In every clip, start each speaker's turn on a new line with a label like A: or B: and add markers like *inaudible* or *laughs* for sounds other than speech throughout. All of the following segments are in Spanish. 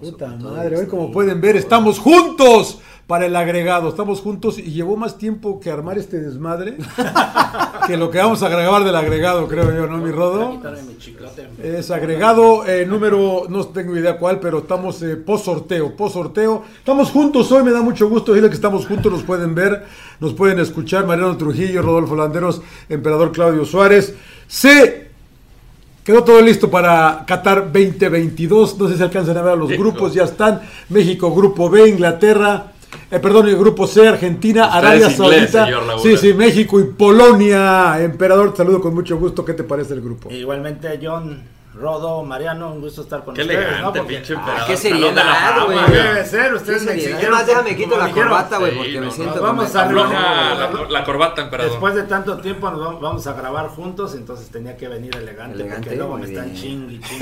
A: Puta madre, hoy como pueden ver, estamos juntos para el agregado. Estamos juntos y llevó más tiempo que armar este desmadre que lo que vamos a grabar del agregado, creo yo, ¿no, mi Rodo? Es agregado eh, número, no tengo idea cuál, pero estamos eh, post sorteo, post sorteo. Estamos juntos hoy, me da mucho gusto decirle que estamos juntos, nos pueden ver, nos pueden escuchar. Mariano Trujillo, Rodolfo Landeros, Emperador Claudio Suárez. Se Quedó todo listo para Qatar 2022. No sé si alcanzan a ver a los grupos, ya están. México, grupo B, Inglaterra. eh, perdón, el grupo C, Argentina,
B: Usted
A: Arabia
B: es inglés,
A: Saudita.
B: señor Laguna.
A: Sí, sí, México y Polonia. Emperador, te saludo con mucho gusto. ¿Qué te parece el grupo?
C: Eh, Igualmente, John, Rodo, Mariano, un gusto estar con
B: Qué
C: ustedes.
B: elegante,
C: ¿no? Porque-
B: pinche
C: Ah,
B: emperador.
D: qué
B: Salón de la
D: seriedad,
B: fama,
D: güey.
C: Debe ser, ustedes me
D: Además,
C: exigieron.
D: déjame quito
C: como
D: la
C: dijeron,
D: corbata, güey,
B: Sí,
D: porque
B: no,
D: me
B: no,
D: siento.
C: nos vamos
D: como-
C: a
B: Afloja
C: Arriba.
B: la, la corbata, emperador.
C: Después de tanto tiempo nos vamos- vamos a grabar juntos, entonces tenía que venir elegante,
D: Elegante,
C: porque luego
D: muy
C: me están
D: bien.
C: ching y ching.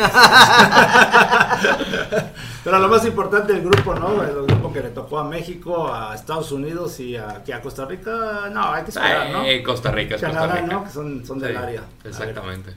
C: Pero lo más importante el grupo, ¿no? El grupo que le tocó a México, a Estados Unidos y a, que a Costa Rica. No, hay que esperar, ¿no?
B: Ay, Costa Rica, es Costa
C: Canadá,
B: Rica.
C: ¿no? Que son, son del
B: Sí,
C: área.
B: Exactamente.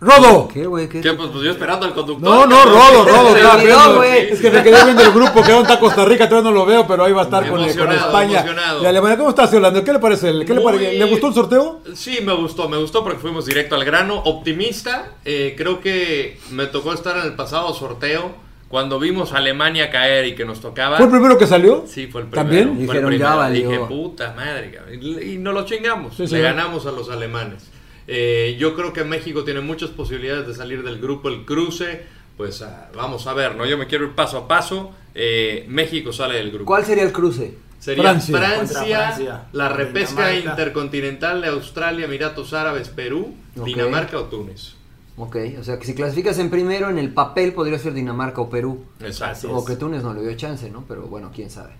A: ¡Rodo!
D: ¿Qué, güey? ¿Qué?
B: ¿Qué? Pues, pues yo esperando al conductor.
A: No, no,
B: cabrón.
A: Rodo,
B: *laughs*
A: Rodo.
D: Se
A: estaba
D: olvidó,
A: viendo.
D: güey.
A: Es que me quedé viendo el grupo que está Costa Rica. Todavía no lo veo, pero ahí va a estar con, con
B: Emocionado,
A: España.
B: emocionado.
A: Y Alemania, ¿cómo estás, Holanda? ¿Qué le parece? el- ¿Qué le,
B: Muy-
A: pare- ¿Le gustó el sorteo?
B: Sí, me gustó, me gustó porque fuimos directo al grano. Optimista, eh, creo que me tocó estar en el pasado sorteo cuando vimos a Alemania caer y que nos tocaba.
A: ¿Fue el primero que salió?
B: Sí, fue el primero.
A: ¿También?
B: fue el
D: Dijeron,
B: primero.
D: ya valió.
B: Dije, puta madre, cabrón. Y y no lo chingamos.
A: Sí, sí.
B: Le ganamos a los alemanes. Eh, yo creo que México tiene muchas posibilidades de salir del grupo. El cruce, pues ah, vamos a ver, ¿no? Yo me quiero ir paso a paso. Eh, México sale del grupo.
D: ¿Cuál sería el cruce?
B: Sería
A: Francia.
B: Francia,
C: Contra Francia.
B: la repesca
C: Dinamarca.
B: intercontinental de Australia, Emiratos Árabes, Perú,
D: Ok.
B: Dinamarca o Túnez.
D: Ok, o sea, que si clasificas en primero, en el papel podría ser Dinamarca o Perú.
C: Así
B: Exacto.
C: es.
D: O que Túnez no le dio chance, ¿no? Pero bueno, quién sabe.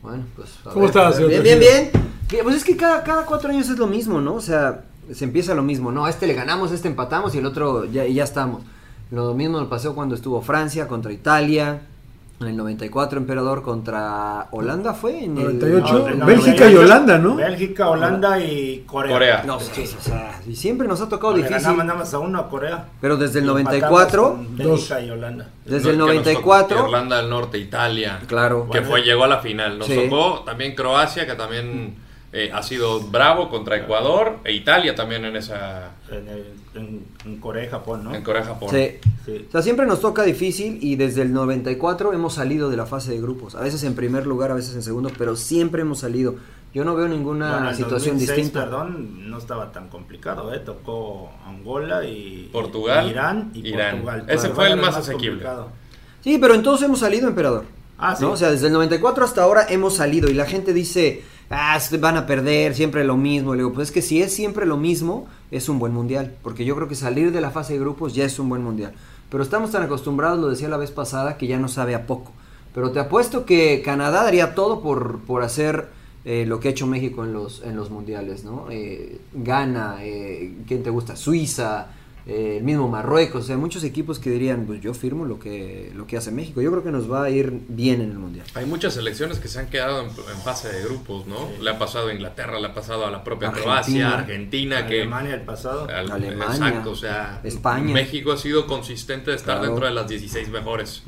D: Bueno, pues. a
A: ¿Cómo estás, señor
D: Bien, bien, bien.
A: presidente?
D: Bien, Pues es que cada, cada cuatro años es lo mismo, ¿no? O sea, se empieza lo mismo, ¿no? A este le ganamos, a este empatamos y el otro ya, y ya estamos. Lo mismo nos pasó cuando estuvo Francia contra Italia. En el 94, Emperador contra Holanda fue. En el-
A: 98,
D: No, en el
A: Bélgica y Holanda, ¿no?
C: Bélgica, Holanda y Corea.
B: Corea.
D: No, sí, o sea, y siempre nos ha tocado
C: Le
D: difícil.
C: ganamos nada más a uno a Corea.
D: Pero desde el
C: Y
D: 94,
C: empatamos con Bélgica y Holanda.
D: Desde el
B: No, que nos tocó
D: 94.
B: Irlanda del Norte, Italia.
D: Claro.
B: Que fue, llegó a la final. Nos
D: Sí.
B: tocó también Croacia, que también eh, ha sido bravo contra Ecuador, e Italia también en esa.
C: En, el- en- en Corea y Japón, ¿no?
B: En Corea-Japón.
D: Sí.
C: Sí.
D: O sea, siempre nos toca difícil y desde el 94 hemos salido de la fase de grupos. A veces en primer lugar, a veces en segundo, pero siempre hemos salido. Yo no veo ninguna
C: Bueno, el
D: situación
C: 2006,
D: distinta.
C: Perdón, no estaba tan complicado, ¿eh? Tocó Angola y
B: Portugal,
C: y Irán y
B: Irán.
C: Portugal.
B: Ese
C: Portugal
B: fue el
C: era
B: más asequible.
C: complicado.
D: Sí, pero entonces hemos salido, emperador.
C: Ah, sí.
D: ¿no? O sea, desde el 94 hasta ahora hemos salido y la gente dice, ah, se van a perder, siempre lo mismo. Y le digo, pues es que si es siempre lo mismo, es un buen mundial. Porque yo creo que salir de la fase de grupos ya es un buen mundial. Pero estamos tan acostumbrados, lo decía la vez pasada, que ya no sabe a poco. Pero te apuesto que Canadá daría todo por, por hacer eh, lo que ha hecho México en los, en los mundiales, ¿no? Eh, Ghana, eh, ¿quién te gusta? Suiza, eh, el mismo Marruecos, o sea, muchos equipos que dirían, pues yo firmo lo que, lo que hace México. Yo creo que nos va a ir bien en el mundial.
B: Hay muchas selecciones que se han quedado en, en fase de grupos, ¿no? Le ha pasado a Inglaterra, le ha pasado a la propia
D: Argentina.
B: Croacia, Argentina, que. Ah,
C: Alemania el pasado.
B: Al-
D: Alemania,
B: Exacto, o sea,
D: España.
B: México ha sido consistente de estar
D: Claro.
B: dentro de las 16 mejores.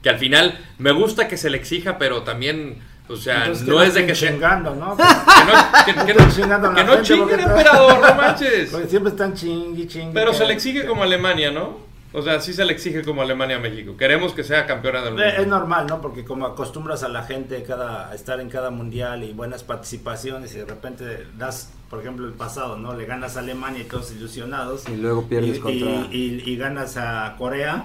B: Que al final me gusta que se le exija, pero también, o sea,
C: Entonces,
B: no
C: que
B: es de
C: estén
B: que se-
C: chingando,
B: *laughs*
C: ¿no?
B: que no- que- que no-
C: estén chingando a la
B: que no
C: gente
B: chinguen,
C: porque-
B: emperador, no manches.
C: Porque Pues, siempre están chingui chingui.
B: Pero
C: que-
B: se le exige como Alemania, ¿no? O sea, sí se le exige como Alemania a México. Queremos que sea campeona del
C: Eh, Es
B: mundo.
C: normal, ¿no? Porque como acostumbras a la gente cada, a estar en cada mundial y buenas participaciones y de repente das, por ejemplo, el pasado, ¿no? Le ganas a Alemania y todos ilusionados.
D: Y luego pierdes
C: y-
D: contra-
C: y- y- y ganas a Corea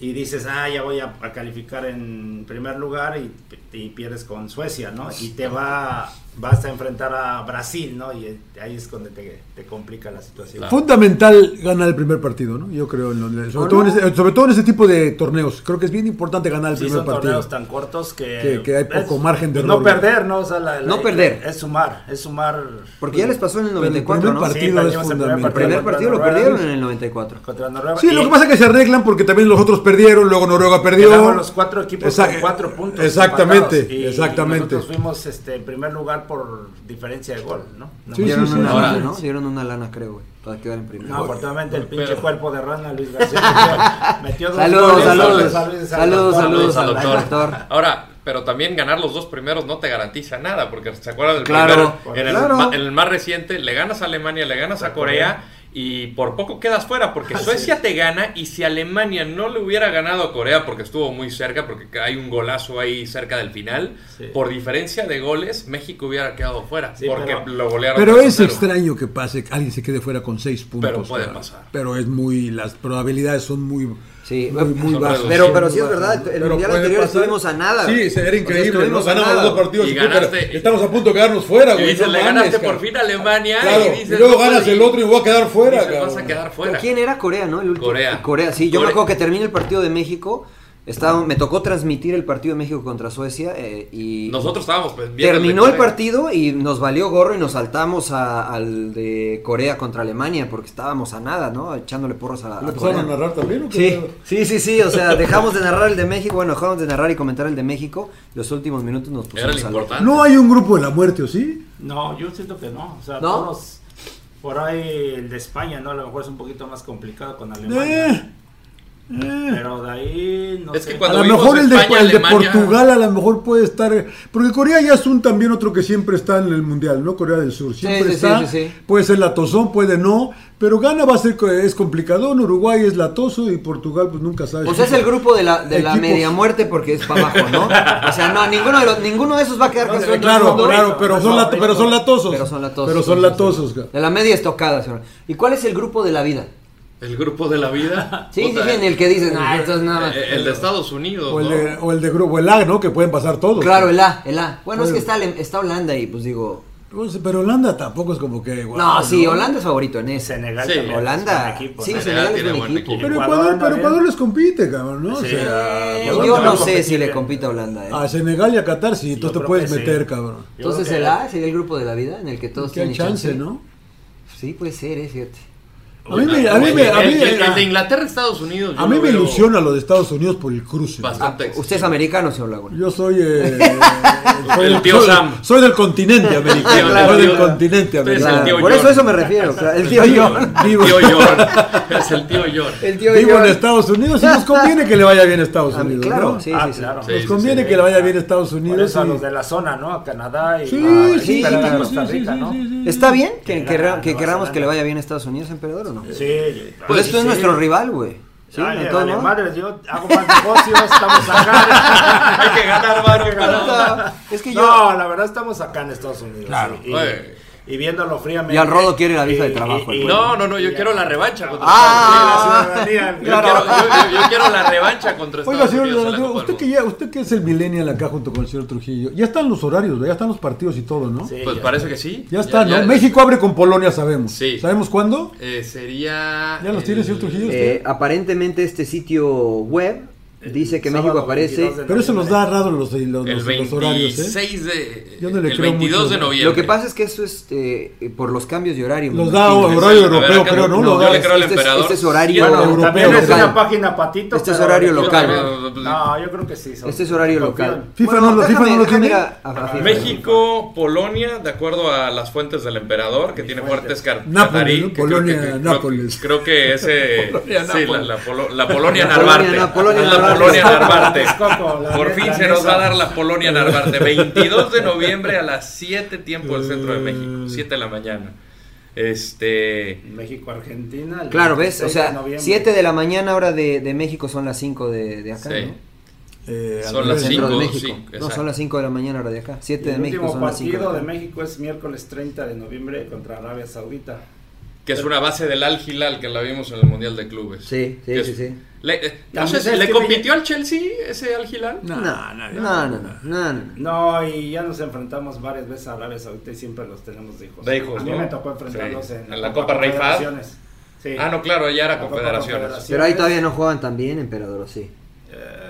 C: y dices, ah, ya voy a, a calificar en primer lugar y, y pierdes con Suecia, ¿no? Y te va, vas a enfrentar a Brasil, ¿no? Y ahí es donde te, te complica la situación.
B: Claro.
A: Fundamental ganar el primer partido, ¿no? Yo creo, en lo- sobre,
D: ¿O
A: todo
D: no?
A: en ese, sobre todo en ese tipo de torneos. Creo que es bien importante ganar el
C: Sí,
A: primer
C: son
A: partido.
C: torneos tan cortos que, pues,
A: Que- que hay poco margen de
C: No
A: error, ¿no?
C: perder, ¿no? O sea, la- la-
D: No perder.
C: Es sumar, es sumar.
D: Porque ya les pasó en el
A: Pero Pues, el
D: 94,
A: primer
D: ¿no?
A: partido
D: Sí,
C: perdimos
A: es
C: el primer
A: fundamental.
D: el primer partido lo perdieron en el 94.
C: Contra Noruega.
A: Sí, lo que pasa es que se arreglan porque también los otros perdieron, luego Noruega perdió.
C: los cuatro equipos
A: Exa-
C: con cuatro puntos.
A: Exactamente,
C: empatados, y
A: exactamente.
C: Nosotros fuimos este, en primer lugar por diferencia de gol, ¿no? No
A: Sí,
C: me-
D: Dieron
A: sí,
D: una
A: sí,
D: lana,
A: sí.
D: ¿no? Dieron una lana, creo, güey. para quedar en primero.
C: No, afortunadamente el
B: Pero-
C: pinche cuerpo de rana Luis García metió
D: *laughs*
C: dos
D: Saludos,
C: goles,
D: saludos.
C: al
D: Saludos,
C: doctor.
D: saludos.
B: al
D: al- al
B: doctor.
D: doctor.
B: Ahora, pero también ganar los dos primeros no te garantiza nada, porque se acuerdan del
D: Claro,
B: primero. En el,
D: claro.
B: ma- en el más reciente, le ganas a Alemania, le ganas a Corea y por poco quedas fuera, porque Suecia te gana y si Alemania no le hubiera ganado a Corea, porque estuvo muy cerca, porque hay un golazo ahí cerca del final,
C: Sí.
B: por diferencia de goles, México hubiera quedado fuera,
C: Sí,
B: porque
C: pero-
B: lo golearon.
A: Pero
B: 3-0.
A: es extraño que pase, que alguien se quede fuera con seis puntos.
B: Pero puede
A: cara.
B: pasar.
A: Pero es muy, las probabilidades son muy,
D: Sí,
A: muy, muy
B: son
A: bajas.
B: pero-
D: pero
A: muy
D: sí es
A: bajas,
D: verdad,
A: ¿no?
D: el
A: Pero
D: mundial
A: puede
D: anterior
A: pasar.
D: estuvimos a nada.
A: Sí, se-
D: O
A: era
D: sea,
A: increíble,
D: estuvimos
A: nos
D: a
A: ganamos
D: nada.
A: dos partidos
B: Y
A: y puta,
B: ganaste-
A: estamos a punto de quedarnos fuera,
B: Y
A: güey.
B: dices,
A: no
B: le
A: mames,
B: ganaste
A: cara.
B: por fin a Alemania
A: Claro,
B: y
A: y
B: dices...
A: luego
B: no, pues,
A: ganas
B: y-
A: el otro y voy a quedar fuera,
B: dices, vas a
A: cabrón.
B: quedar
D: ¿Con
B: fuera.
D: ¿Quién era Corea, no? El último.
B: Corea.
D: Corea, sí. Yo
B: Corea.
D: me acuerdo que termina el partido de México. Estaba, me tocó transmitir el partido de México contra Suecia eh, y
B: Nosotros estábamos pues, viendo
D: terminó
B: de
D: el
B: Corea.
D: partido y nos valió gorro y nos saltamos a- al de Corea contra Alemania porque estábamos a nada, ¿no? Echándole porros a,
A: ¿Lo
D: a
A: empezaron
D: Corea.
A: a narrar también o qué
D: Sí,
A: pedo?
D: sí, sí, sí, o sea, dejamos de narrar el de México, bueno, dejamos de narrar y comentar el de México, los últimos minutos nos
B: Era
D: pusimos
B: lo
D: al-
B: importante.
A: No hay un grupo de la muerte, ¿o sí?
C: No, yo siento que no. O sea,
D: ¿No?
C: todos- por ahí el de España, ¿no? A lo mejor es un poquito más complicado con Alemania.
A: Eh, eh.
C: Pero de ahí no
B: Es
C: sé.
B: que
A: A
B: cuando-
A: lo
B: vimos
A: mejor el de,
B: España,
A: el de
B: Alemania-
A: Portugal a lo mejor puede estar... Porque Corea ya es un también otro que siempre está en el Mundial, ¿no? Corea del Sur. Siempre
D: sí, sí,
A: está.
D: sí, sí.
A: Puede ser latosón, puede no. Pero Ghana va a ser... co- Es complicado. Uruguay es latoso y Portugal pues nunca sabe.
D: O sea, es el grupo de la, de la
A: Equipos.
D: media muerte porque es para abajo, ¿no? O sea, no, ninguno de, los, ninguno de esos va a quedar
C: No,
D: campeón
C: de-
D: del
A: Claro,
D: mundo.
A: claro, pero son, lat- pero son latosos.
D: Pues Pero son latosos.
A: Pero son
D: sí, sí,
A: latosos,
D: sí.
A: cara.
D: De la media estocada, señor. ¿Y cuál es el grupo de la vida?
B: El grupo de la vida.
D: Sí,
B: Puta,
D: sí, sí, en el que dicen, ah, esto es nada.
B: eh, el de Estados Unidos.
A: O el,
B: ¿no?
A: de, o el de grupo, el A, ¿no? Que pueden pasar todos.
D: Claro, el A, el A. Bueno, es que
A: Bueno.
D: está, Ale- está Holanda y pues digo...
A: Pues, Pero Holanda tampoco es como que... guau,
D: no, sí, Holanda es favorito en ese.
C: Senegal
B: Sí.
C: también,
D: Holanda.
C: es un equipo,
D: sí,
C: ¿no?
B: Senegal
D: Senegal es
B: tiene
D: buen
B: buen
D: equipo.
B: equipo.
A: Pero
C: Ecuador
A: Ecuador,
C: anda
A: pero
C: bien.
A: Ecuador les compite, cabrón, ¿no? O
C: Sí.
A: sea,
D: Eh,
C: Ecuador
D: yo
C: no
D: no sé
C: compite.
D: si le compite a Holanda. ¿eh?
A: a Senegal y a Qatar sí,
C: Yo
A: tú te
C: creo
A: puedes
C: que
A: meter,
C: sí.
A: cabrón.
C: Yo
D: Entonces
C: creo
D: el
C: que-
D: A sería el grupo de la vida en el que todos
A: Que hay
D: tienen
A: chance, ¿no?
D: Sí, puede ser, eh, es cierto.
A: A mí me, a mí
B: Ah, El-
A: me, a mí,
B: el, el de
A: eh,
B: Inglaterra, Estados Unidos. yo
A: a mí
B: lo
A: me
B: veo
A: ilusiona lo de Estados Unidos por el cruce.
B: Bastante.
D: Ah, usted es americano, señor Laguna.
A: Yo soy,
B: *laughs*
A: eh, soy
B: El tío
A: soy-
B: Sam.
A: Soy del continente americano.
B: Claro,
A: soy del
B: claro.
A: continente
B: Usted es el
A: americano.
B: tío
D: Por
B: John.
D: eso a eso me refiero. claro,
B: *laughs*
D: El tío
A: tío
D: John.
B: El tío John.
A: *laughs*
B: es el tío John.
D: El tío
A: Vivo en
D: John.
A: Estados Unidos y nos conviene que le vaya bien a Estados
D: Ah,
A: Unidos.
D: Claro,
A: ¿no?
D: sí,
C: Ah,
D: sí, sí.
C: claro.
B: Sí,
A: Nos
B: sí,
A: conviene
C: sí.
A: que le vaya bien a Estados
C: Por
A: Unidos.
C: eso a
A: y-
C: los de la zona, ¿no? A Canadá y
A: Sí,
C: a,
A: sí,
C: y
A: sí,
C: a
A: sí,
C: Costa
A: sí, sí,
C: Rica,
A: sí,
C: ¿no?
A: sí, sí.
D: ¿Está bien que,
C: Llega
D: querra-
C: a
D: que
C: Nueva
D: queramos que le
C: Zelanda.
D: vaya bien a Estados Unidos, emperador, o no? Porque
C: Sí.
D: Pues
C: Pues
D: esto es
C: sí.
D: nuestro rival, güey. Sí,
C: Dale,
D: en todo
C: dale,
D: modo.
C: madre, yo hago más negocios, estamos
B: *laughs*
C: acá.
B: *laughs* Hay que ganar, mano,
C: Hay que
B: cabrón.
D: Puta, Es que yo.
C: No, la verdad estamos acá en Estados Unidos.
A: Claro.
C: Y,
B: Oye.
C: y viéndolo fríamente.
D: Y al Rodo quiere la visa de trabajo, el güey.
B: No, no, no, yo quiero la revancha. Contra
D: Ah,
C: la
B: Estados Unidos.
C: ciudadanía.
B: Yo,
D: claro.
B: quiero, yo- yo- yo quiero la revancha contra
A: Oiga,
B: Estados
A: señor,
B: Unidos. en la
A: Donadío,
B: Copa del
A: usted que, ya, usted que es el millennial acá junto con el señor Trujillo, ya están los horarios, ¿verdad? ya están los partidos y todo, ¿no?
C: Sí,
B: Mundo. Pues
C: ya.
B: parece que sí.
A: Ya está, ¿no? México abre con Polonia, sabemos.
B: Sí.
A: ¿Sabemos cuándo?
B: eh, sería.
A: ¿Ya los tiene, señor Trujillo?
D: Eh, aparentemente este sitio web dice que
C: El sábado
D: México aparece.
C: 22 de
A: Pero eso nos da raro los, los, los-
B: El
A: los horarios, ¿eh?
B: 26 de.
A: Yo no le
B: el
A: creo
B: 22
A: mucho.
B: de noviembre.
D: Lo que pasa es que eso es eh, por los cambios de horario. me
A: Los da
D: imagino.
A: horario
B: A ver,
A: europeo,
B: acá
A: creo, ¿no? Lo
B: Yo
A: da-
B: le creo al
D: este es-
B: emperador.
D: este es horario
B: Sí,
A: Bueno,
B: no,
A: europeo.
C: También es
D: local.
C: una página patito.
D: Este es
C: pero-
D: horario
C: yo
D: local.
B: creo-
C: No, yo creo que sí. son-
D: Este es horario
C: confío en-
D: local.
A: FIFA no lo-
D: déjame-
A: FIFA no lo
D: déjame
A: tiene.
D: ir a- a- a FIFA.
B: México, Polonia, de acuerdo a las fuentes del emperador, que tiene
C: fuentes.
B: fuertes car-
A: Nápoles, ¿no?
B: que creo
A: Polonia,
B: creo-
A: Nápoles.
B: Creo, que ese.
A: Polonia,
B: sí, la,
A: Nápoles.
B: la Polo- la Polonia
D: La Polonia,
B: Narvarte.
D: la Polonia
B: La
D: Narvarte.
B: Polonia Narvarte.
A: *laughs*
C: Texcoco, la
B: Por
C: ne-
B: fin
C: la
B: se nos va
C: neta.
B: a dar la Polonia Narvarte. 22 de noviembre a las 7 tiempo del centro de
A: Eh.
B: México. 7 de la mañana. Este.
C: México, Argentina. el
D: Claro, ves, o
C: 26 de
D: sea,
C: noviembre.
D: 7 de la mañana hora de, de México son las 5 de, de acá,
B: Sí.
D: ¿no?
A: Eh,
B: Son
A: al revés.
B: las
D: Centro
B: cinco.
D: de México.
B: cinco,
D: no,
B: exacto.
D: son las 5 de la mañana hora de acá. 7 de
C: El
D: México
C: último
D: son las 5
C: partido
D: de
C: de
D: acá.
C: México es miércoles 30 de noviembre contra Arabia Saudita.
B: Que es una base del Al Hilal que la vimos en el Mundial de Clubes.
D: Sí, sí,
B: Que
D: sí,
B: es-
D: sí.
B: Le- eh, no
C: También
B: sé si
C: sabes
B: le
C: que
B: compitió al Chelsea ese Al Hilal.
D: No, no, no, no, no, no, no.
C: No, y ya nos enfrentamos varias veces a Arabia Saudita y siempre los tenemos de hijos.
B: De hijos,
C: a mí
B: ¿no?
C: me tocó enfrentarlos
B: Sí.
C: en,
B: En la Copa Rey Fahd.
C: Confederaciones. Sí.
B: Ah, no, claro, ya era
C: La Copa
B: Confederaciones.
C: Confederaciones.
D: Pero ahí todavía no jugaban tan bien, emperador, ¿o sí.
C: Eh,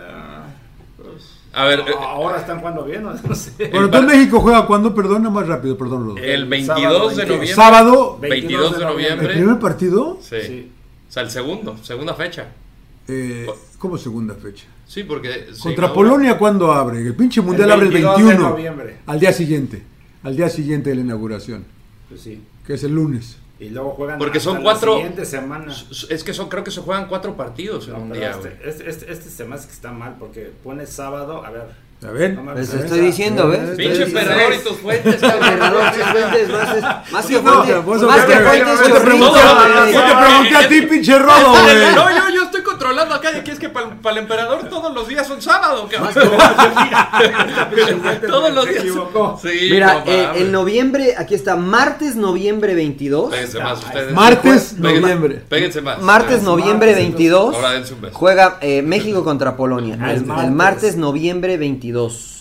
B: A ver, eh,
C: ahora están jugando bien, no *laughs* No sé.
A: Bueno, entonces México juega cuándo, perdón, nada más rápido, perdón, Rodolfo.
B: el
C: el
B: 22 de
C: sábado,
B: Eh, noviembre.
A: Sábado,
B: 22 de
A: el
B: noviembre.
A: primer partido,
B: Sí.
C: Sí.
B: O sea, el segundo, segunda fecha.
A: eh, como segunda fecha.
B: Sí, porque. se
A: ¿Contra
B: inaugura.
A: Polonia cuándo abre? El pinche mundial abre el
C: 22 de
A: 21.
C: noviembre.
A: Al día siguiente. Al día siguiente de la inauguración,
C: Pues sí.
A: que es el lunes.
C: Y luego juegan
B: Porque son
C: hasta
B: cuatro-
C: la siguiente semana.
B: Ah. Es que son, creo que se juegan cuatro partidos en
C: No,
B: un
C: pero
B: día, güey.
C: este, este, este, este se me hace que está mal porque pone sábado, a ver.
A: A ver.
C: no mames,
D: Les
C: a ver,
D: estoy
C: sa- *laughs*
D: diciendo, ¿ves?
A: Pinche
D: Estoy
B: Pinche
D: diciendo.
B: perdedor y tus fuentes, *laughs*
D: Perdedor,
B: cabrón. Este
D: tus fuentes, más, Este es- más que
A: No, pues,
D: fuentes.
A: vos
D: más que
A: hombre,
D: fuentes,
A: yo te
D: chorizo,
A: pregunto-
D: güey.
A: yo te pregunté a ti, pinche rodo,
B: No,
A: güey.
B: yo, yo estoy controlando acá. ¿Y es que para el emperador todos los días son sábado, cabrón? *laughs* todos los
C: Se
B: días.
C: equivocó.
B: Sí,
D: Mira,
B: no
D: eh,
B: mames.
D: en noviembre, aquí está, martes, noviembre 22.
B: Péguense más ustedes.
A: Martes,
B: Péguense-
A: noviembre.
B: Péguense más.
D: Martes, noviembre
C: martes,
D: 22.
B: Ahora dense un beso.
D: Juega eh, México contra Polonia.
C: Ah,
D: el,
C: es
D: el
C: martes.
D: martes, noviembre 22.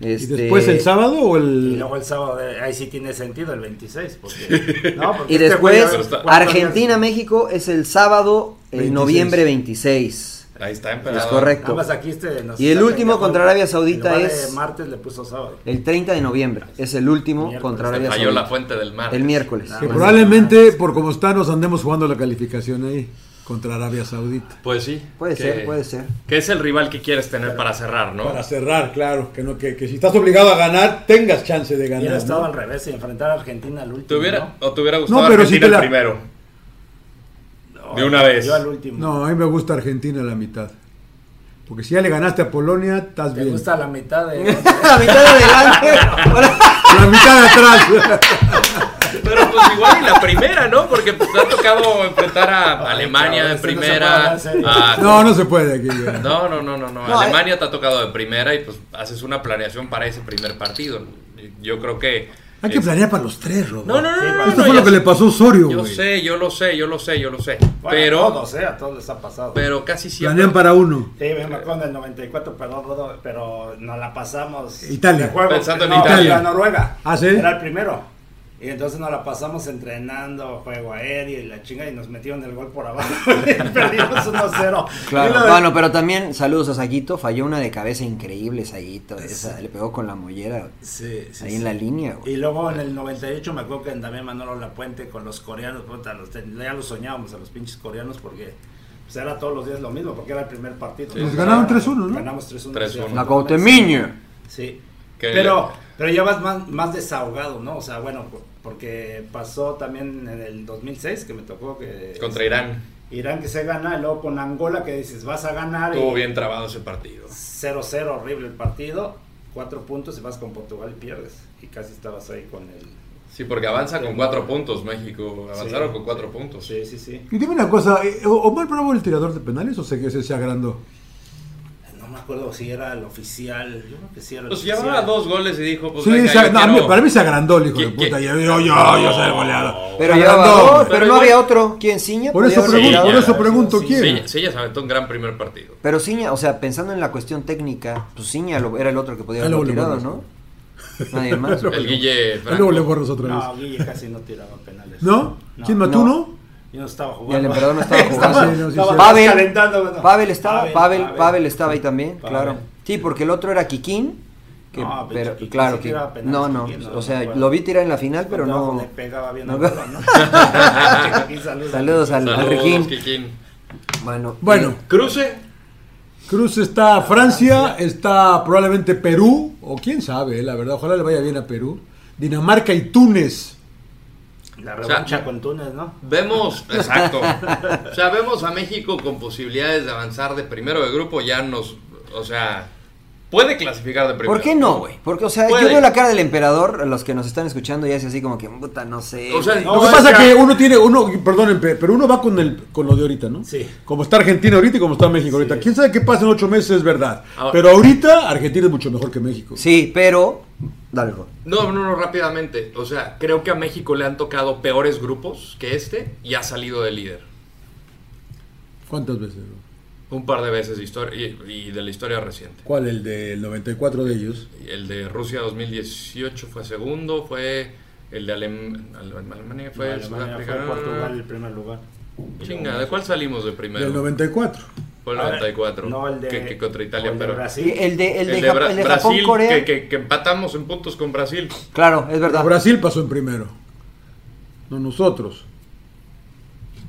A: ¿Y
D: Este,
A: después el sábado o
C: Y
A: el.?
C: luego el sábado, eh, ahí sí tiene sentido el 26. Porque, no,
D: *laughs*
C: porque
D: Y
C: este
D: después,
C: güey, ¿cuántos
B: está-
C: días?
D: Argentina-México es el sábado, el
A: 26.
D: noviembre 26.
B: Ahí está,
D: Es
B: emperador.
D: correcto.
C: Nada más aquí este nos
D: Y el
C: está
D: último
C: pendejón.
D: contra Arabia Saudita
C: En lugar de
D: es-
C: martes le puso sábado.
D: El 30 de noviembre es el último
C: Miércoles.
D: contra
B: Se
D: Arabia
B: falló la
D: Saudita.
B: fuente del mar.
D: El miércoles.
A: Que
C: Ah,
A: probablemente, por como está, nos andemos jugando la calificación ahí contra Arabia Saudita.
B: Pues sí.
D: Puede
B: que-
D: ser, puede ser.
B: Que es el rival que quieres tener para cerrar, ¿no?
A: Para cerrar, claro, que no que, que si estás obligado a ganar, tengas chance de
C: Hubiera
A: ganar.
C: estado
A: ¿no?
C: al revés y enfrentar a Argentina al último.
B: ¿Te hubiera, ¿O te hubiera
A: No,
B: gustado
A: pero si
B: Argentina
A: te la-
B: el primero?
C: ¿no?
B: de una vez.
C: Yo al último.
A: No, a mí me gusta Argentina la mitad. Porque si ya le ganaste a Polonia, estás
C: Te
A: bien.
C: gusta la mitad de.
D: *laughs* la mitad de *laughs* adelante. Ahora-
A: La mitad de atrás. *laughs*
B: Pero pues igual y la primera, ¿no? Porque pues, te ha tocado enfrentar a Alemania
C: cabrón,
B: de
C: esto no se
B: primera.
C: puede hacer.
B: a-
A: No, no se puede aquí. güey.
B: no, no, no, no, no.
D: No, eh.
B: Alemania te ha tocado de primera y pues haces una planeación para ese primer partido. Yo creo que.
A: Hay que
B: eh,
A: planear para los tres, Rodo.
B: No, no, no,
C: Sí,
B: no.
C: para-
A: Esto fue
B: no, ya
A: lo que
B: sé.
A: le pasó a Osorio,
B: Yo
A: güey.
B: sé, yo lo sé, yo lo sé, yo lo sé.
C: Bueno,
B: pero,
C: A todos, eh, a todos les ha pasado.
B: pero casi siempre.
A: Planean para uno.
C: Sí, me acuerdo del 94, perdón, Rodo, pero nos la pasamos.
A: Italia.
C: de juego.
B: Pensando en
C: No,
B: Italia.
C: la Noruega.
A: Ah, ¿sí?
C: Era el primero. Y entonces nos la pasamos entrenando, juego aéreo y la chinga, y nos metieron el gol por abajo. *laughs* y perdimos 1-0. Y lo
D: Claro,
C: de-
D: bueno, pero también saludos a Saguito, falló una de cabeza increíble Saguito, esa, le pegó con la mollera
C: Sí, sí,
D: ahí
C: sí.
D: en la línea, güey.
C: Y luego en el 98 me acuerdo que también Manolo Lapuente con los coreanos, puta, los ten- ya los soñábamos a los pinches coreanos porque pues, era todos los días lo mismo, porque era el primer partido.
B: Sí.
A: Nos ganaron 3-1, ¿no?
C: Ganamos 3-1.
B: 3-1.
C: sí,
D: La Cautemiño.
C: Sí.
B: Que-
C: Pero, pero ya vas más, más desahogado, ¿no? O sea, bueno, por- porque pasó también en el 2006 que me tocó que...
B: Contra Irán.
C: Irán que se gana, y luego con Angola que dices, vas a ganar.
B: Estuvo
C: y-
B: bien trabado ese partido.
C: 0-0, horrible el partido. Cuatro puntos y vas con Portugal y pierdes. Y casi estabas ahí con el.
B: Sí, porque avanza con cuatro puntos México. Avanzaron
C: Sí.
B: con cuatro puntos.
C: Sí, sí, sí.
A: Y dime una cosa, ¿eh, ¿Omar Bravo era el tirador de penales o se, se, se agrandó?
C: No me acuerdo si era el oficial. Yo creo que sí era el
B: Pues
C: oficial.
B: llevaba dos goles y dijo, pues
A: Sí,
B: venga,
A: se-
B: yo
A: no, a mí-
B: quiero-
A: para mí se agrandó el hijo
B: ¿Qué-
A: de puta.
B: qué?
A: Yo, yo, yo, yo soy el
B: No.
A: goleador.
D: Pero
A: Se
D: llevaba
A: agrandó.
D: dos, pero
B: Pero
D: no
B: igual-
D: había otro. ¿Quién? ¿Ciña?
A: Por
D: podía
A: eso
D: haber
A: pregunto,
B: pregunto,
D: tirado.
A: por eso
B: sí,
A: pregunto
C: sí,
A: quién.
B: Sí, sí, ya se aventó un gran primer partido.
D: Pero Ciña, o sea, pensando en la cuestión técnica, pues Ciña lo- era el otro que podía
A: Ah,
D: haber
A: luego le
D: tirado, ¿no?
A: borras.
D: Nadie más.
B: El Guille
A: Ah, Luego le
B: Franco.
A: borras otra vez.
C: No, Guille casi no tiraba penales.
A: ¿No? ¿Quién mató
D: No.
A: uno?
C: Yo no estaba jugando.
D: Y el
C: *laughs*
D: emperador no estaba
A: Sí,
D: jugando.
A: no, sí,
C: Estaba
A: sí.
D: Pavel,
C: calentando, bueno.
D: Pavel estaba,
C: Pavel,
D: Pavel,
C: Pavel.
D: Pavel estaba ahí también,
C: Pavel.
D: claro. Sí, porque el otro era Kikín. Que,
C: No, pinche
D: pero
C: Kikín
D: claro
C: sí
D: que
C: tiraba penales,
D: no, no,
C: Kikín, no,
D: o sea,
C: no, bueno.
D: lo vi tirar en la final, pero
C: Cuando
D: no.
C: Le pegaba bien
D: no-
C: al balón,
D: *laughs*
C: ¿no? Saludos.
D: Saludos al, al
B: Saludos,
D: Riquín.
B: Kikín.
D: Bueno,
A: Bueno,
B: Cruce.
A: Cruz está a Francia, está probablemente Perú, o quién sabe, eh, la verdad, ojalá le vaya bien a Perú. Dinamarca y Túnez.
C: La revancha
B: O sea,
C: con Túnez, ¿no?
B: Vemos, exacto. O sea, vemos a México con posibilidades de avanzar de primero de grupo. Ya nos, o sea, puede clasificar de primero.
D: ¿Por qué no, güey? Porque, o sea,
B: Puede.
D: yo veo la cara del emperador, los que nos están escuchando ya es así como que, puta, no sé.
B: O sea,
D: güey".
B: no,
A: lo que
C: es
A: pasa
C: que-
A: que uno tiene, uno, perdonen, pe- pero uno va con el con lo de ahorita, ¿no?
C: Sí.
A: Como está Argentina ahorita y como está México ahorita.
C: Sí.
A: Quién sabe qué pasa en ocho meses, es verdad.
B: Ahora-
A: pero ahorita Argentina es mucho mejor que México.
D: Sí, pero. Dale, Rod.
B: No, no, no, rápidamente. O sea, creo que a México le han tocado peores grupos que este y ha salido de líder.
A: ¿Cuántas veces? no?
B: Un par de veces de historia, y, y de la historia reciente.
A: ¿Cuál? El del 94 de ellos.
B: El de Rusia 2018 fue segundo, fue el de Alem- Ale- Alemania, fue
C: Alemania
B: Sudáfrica.
C: fue Portugal el primer lugar.
B: Chinga, ¿de cuál salimos de primero?
A: Del 94.
B: Fue el
C: Ahora,
B: 94.
C: No, el de.
B: que, que contra Italia,
C: o el de
B: pero.
C: Brasil.
D: El de, el de,
B: Bra-
D: Jap- el de Japón,
B: Brasil, Que,
D: Corea.
B: que- que empatamos en puntos con Brasil.
D: Claro, es
A: Pero
D: verdad.
A: Brasil pasó en primero. No nosotros.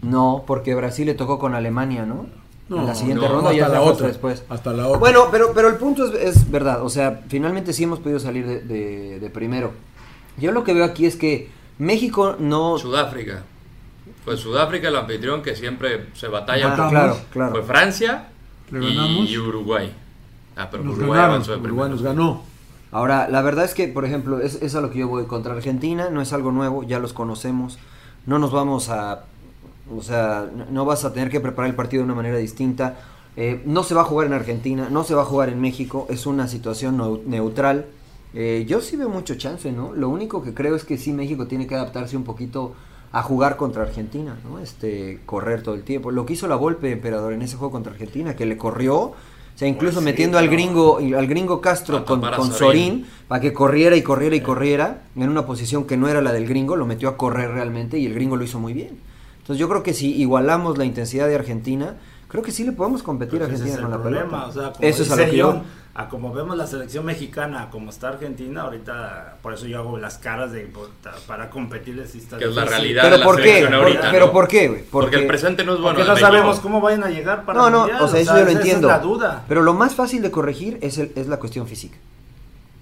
D: No, porque Brasil le tocó con Alemania, ¿no?
A: No,
D: en la siguiente
B: no,
D: ronda ya
A: hasta
D: se
A: la
D: fue
A: otra.
D: después.
A: Hasta la otra.
D: Bueno, pero, pero el punto es, es verdad. O sea, finalmente sí hemos podido salir de, de- de primero. Yo lo que veo aquí es que México no.
B: Sudáfrica. Fue Sudáfrica el anfitrión que siempre se batalla.
D: Ah,
B: por-
D: claro, claro.
B: Fue Francia
A: Le ganamos.
B: y Uruguay. Ah, pero
A: Nos
B: Uruguay
A: ganaron.
B: avanzó de
A: Uruguay
B: primero.
A: nos ganó.
D: Ahora, la verdad es que, por ejemplo, es, es a lo que yo voy contra Argentina, no es algo nuevo, ya los conocemos, no nos vamos a, o sea, n- no vas a tener que preparar el partido de una manera distinta, eh, no se va a jugar en Argentina, no se va a jugar en México, es una situación neu- neutral. Eh, yo sí veo mucho chance, ¿no? Lo único que creo es que sí México tiene que adaptarse un poquito a jugar contra Argentina, ¿no? Este, correr todo el tiempo. Lo que hizo la Volpe, emperador, en ese juego contra Argentina, que le corrió, o sea, incluso
C: sí,
D: metiendo al
C: no.
D: gringo, al gringo Castro
B: A
D: con,
B: tapar a
D: con
B: Sorín.
D: Sorín para que corriera y corriera y corriera en una posición que no era la del gringo, lo metió a correr realmente y el gringo lo hizo muy bien. Entonces yo creo que si igualamos la intensidad de Argentina, creo que sí le podemos competir
C: Pero
D: a
C: Pues ese
D: Argentina
C: es el
D: con la
C: problema.
D: pelota.
C: o sea, como
D: Eso es a
C: dice
D: lo que yo-
C: John, a como vemos la selección mexicana, como está Argentina, ahorita por eso yo hago las caras de puta, para competirles. sí está
B: Que es la
C: difícil.
B: realidad de
D: Pero
B: la
D: ¿por qué?
B: selección
D: Por-
B: ahorita.
D: pero
B: ¿no?
D: ¿por qué, güey?
B: Porque el presente no es bueno.
C: Porque
B: de
C: no
B: México.
C: sabemos cómo vayan a llegar para
D: No,
C: el
D: no,
C: Mundial,
D: o sea, eso yo lo
C: esa es
D: entiendo.
C: la duda.
D: Pero lo más fácil de corregir es, el- es la cuestión física.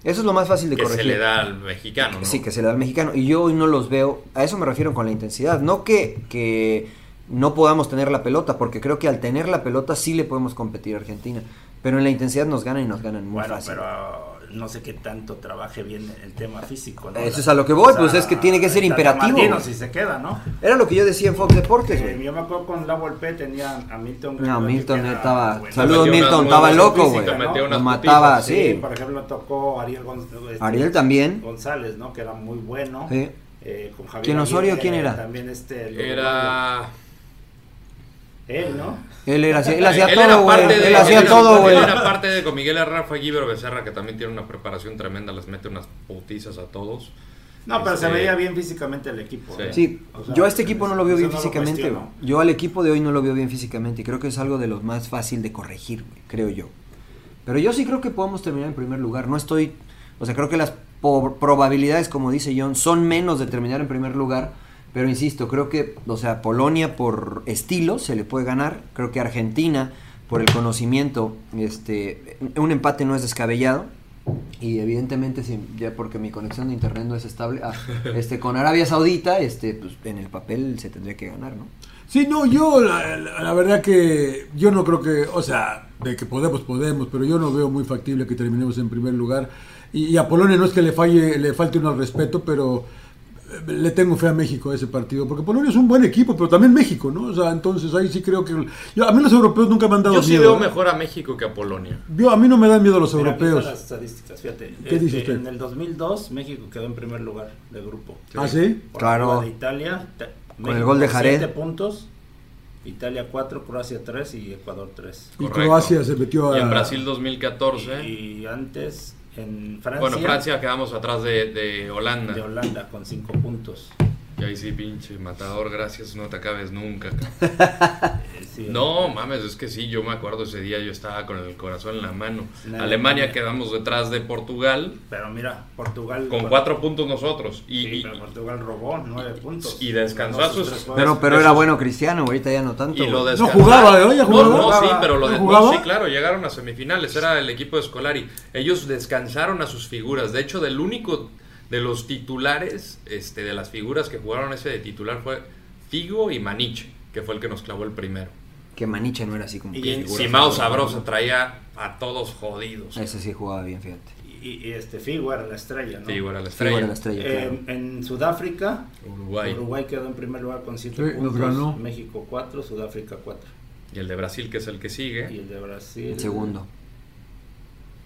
D: Eso es lo más fácil de
B: Que
D: corregir.
B: se le da al mexicano, ¿no?
D: Sí, que se le da al mexicano. Y yo hoy no los veo, a eso me refiero con la intensidad. No que, que no podamos tener la pelota, porque creo que al tener la pelota sí le podemos competir a Argentina. Pero en la intensidad nos ganan y nos ganan muy
C: Bueno,
D: fácil.
C: pero no sé qué tanto trabaje bien el tema físico. ¿no?
D: Eso es a lo que voy, pues, es que tiene que ser
C: el Tata
D: imperativo.
C: Martino, si se queda, ¿no?
D: Era lo que yo decía en Fox Deportes,
C: Eh,
D: güey.
C: yo me acuerdo con la Volpe tenía a Milton.
D: No,
C: Gregorio,
D: Milton
C: que era
D: estaba-
C: bueno.
D: Saludos,
B: Metió unas
D: Milton,
B: muy
D: estaba
B: buenas
D: loco,
B: putizas,
D: güey.
B: metió
C: Lo
D: Lo
B: unas
D: mataba,
B: putizas.
C: Sí,
D: Ah, sí.
C: por ejemplo, tocó Ariel, Gonz- este,
D: Ariel también.
C: González, ¿no? Que era muy bueno.
D: Sí.
C: Eh, con Javier
D: ¿Quién, Osorio,
C: Aguirre,
D: quién era?
C: También este. el
B: Era.
C: Él, ¿no?
D: Él, era, así- él hacía
B: él era
D: todo, güey.
B: parte de-
D: Él hacía
B: él era-
D: todo, güey.
B: Él era parte de con Miguel Rafa Guibero Becerra, que también tiene una preparación tremenda, les mete unas putizas a todos.
C: No, pero se
B: Este-
C: veía bien físicamente el equipo.
B: Sí.
C: ¿eh?
D: Sí,
C: O sea,
D: yo a este equipo no lo veo
C: eso
D: bien físicamente.
C: cuestiono.
D: güey. yo al equipo de hoy no lo veo bien físicamente y creo que es algo de los más fácil de corregir, güey, creo yo. Pero yo sí creo que podemos terminar en primer lugar. No estoy, o sea, creo que las po- probabilidades, como dice John, son menos de terminar en primer lugar. Pero insisto, creo que, o sea, Polonia por estilo se le puede ganar. Creo que Argentina por el conocimiento, este, un empate no es descabellado. Y evidentemente, si- ya porque mi conexión de internet no es estable, ah, *laughs* este, con Arabia Saudita, este, pues en el papel se tendría que ganar, ¿no?
A: Sí, no, yo la, la- la verdad que yo no creo que, o sea, de que podemos, podemos, pero yo no veo muy factible que terminemos en primer lugar. Y, y a Polonia no es que le falle, le falte uno al respeto, pero eh, le tengo fe a México a ese partido, porque Polonia es un buen equipo, pero también México, ¿no? O sea, entonces ahí sí creo que... yo- a mí los europeos nunca me han dado
B: Yo sí
A: miedo.
B: veo
A: ¿eh?
B: mejor a México que a Polonia.
A: Yo- a mí no me dan miedo los
C: Mira, aquí están
A: europeos.
C: las estadísticas, fíjate. Este,
A: ¿Qué dice usted?
C: En el 2002, México quedó en primer lugar de grupo.
A: ¿Ah, sí?
C: Por
D: Claro.
C: arriba De Italia. ta-
D: Con el gol de Jared.
C: 7 puntos. Italia 4, Croacia 3 y Ecuador 3.
A: Y
B: Correcto.
A: Croacia se metió a...
B: Y en Brasil 2014.
C: Y antes en Francia.
B: bueno, Francia quedamos atrás de, de Holanda.
C: De Holanda con 5 puntos.
B: Y ahí sí, pinche matador, gracias, no te acabes nunca. cabrón.
C: Eh, sí,
B: No, mames, es que sí, yo me acuerdo ese día, yo estaba con el corazón en la mano.
C: La
B: Alemania
C: Alemania.
B: quedamos detrás de Portugal
C: Pero mira, Portugal.
B: con cuatro puntos nosotros. Y,
C: Sí,
B: y-
C: pero Portugal robó 9 puntos.
B: y descansó
C: Ganó
B: a sus-
C: tres juegos.
D: Pero, pero era bueno Cristiano, ahorita ya no tanto.
B: Pues, y lo
D: güey.
A: No
B: descansaron.
A: jugaba, ¿eh? Ya
B: No,
A: jugaba.
B: no, sí,
C: Jugaba.
B: pero lo
A: ¿No
B: de- no,
A: jugaba?
B: sí, claro, llegaron a semifinales, era el equipo de Scolari. Ellos descansaron a sus figuras. De hecho, del único de los titulares, este, de las figuras que jugaron ese de titular fue Figo y Maniche, que fue el que nos clavó el primero.
D: Que Maniche no era así como
C: Y
D: que
C: en-
D: figura.
B: Simao Sabroso traía a todos jodidos.
D: Ese sí jugaba bien, fíjate.
C: Y, y este Figo era la estrella, ¿no?
B: Figo era la estrella.
D: Figura de la estrella, claro.
C: Eh, en Sudáfrica,
B: Uruguay.
C: Uruguay quedó en primer lugar con 7
A: Sí, nos
C: puntos.
A: ganó.
C: México 4, Sudáfrica 4.
B: Y el de Brasil, que es el que
C: Y
B: sigue.
C: el de Brasil.
D: El segundo.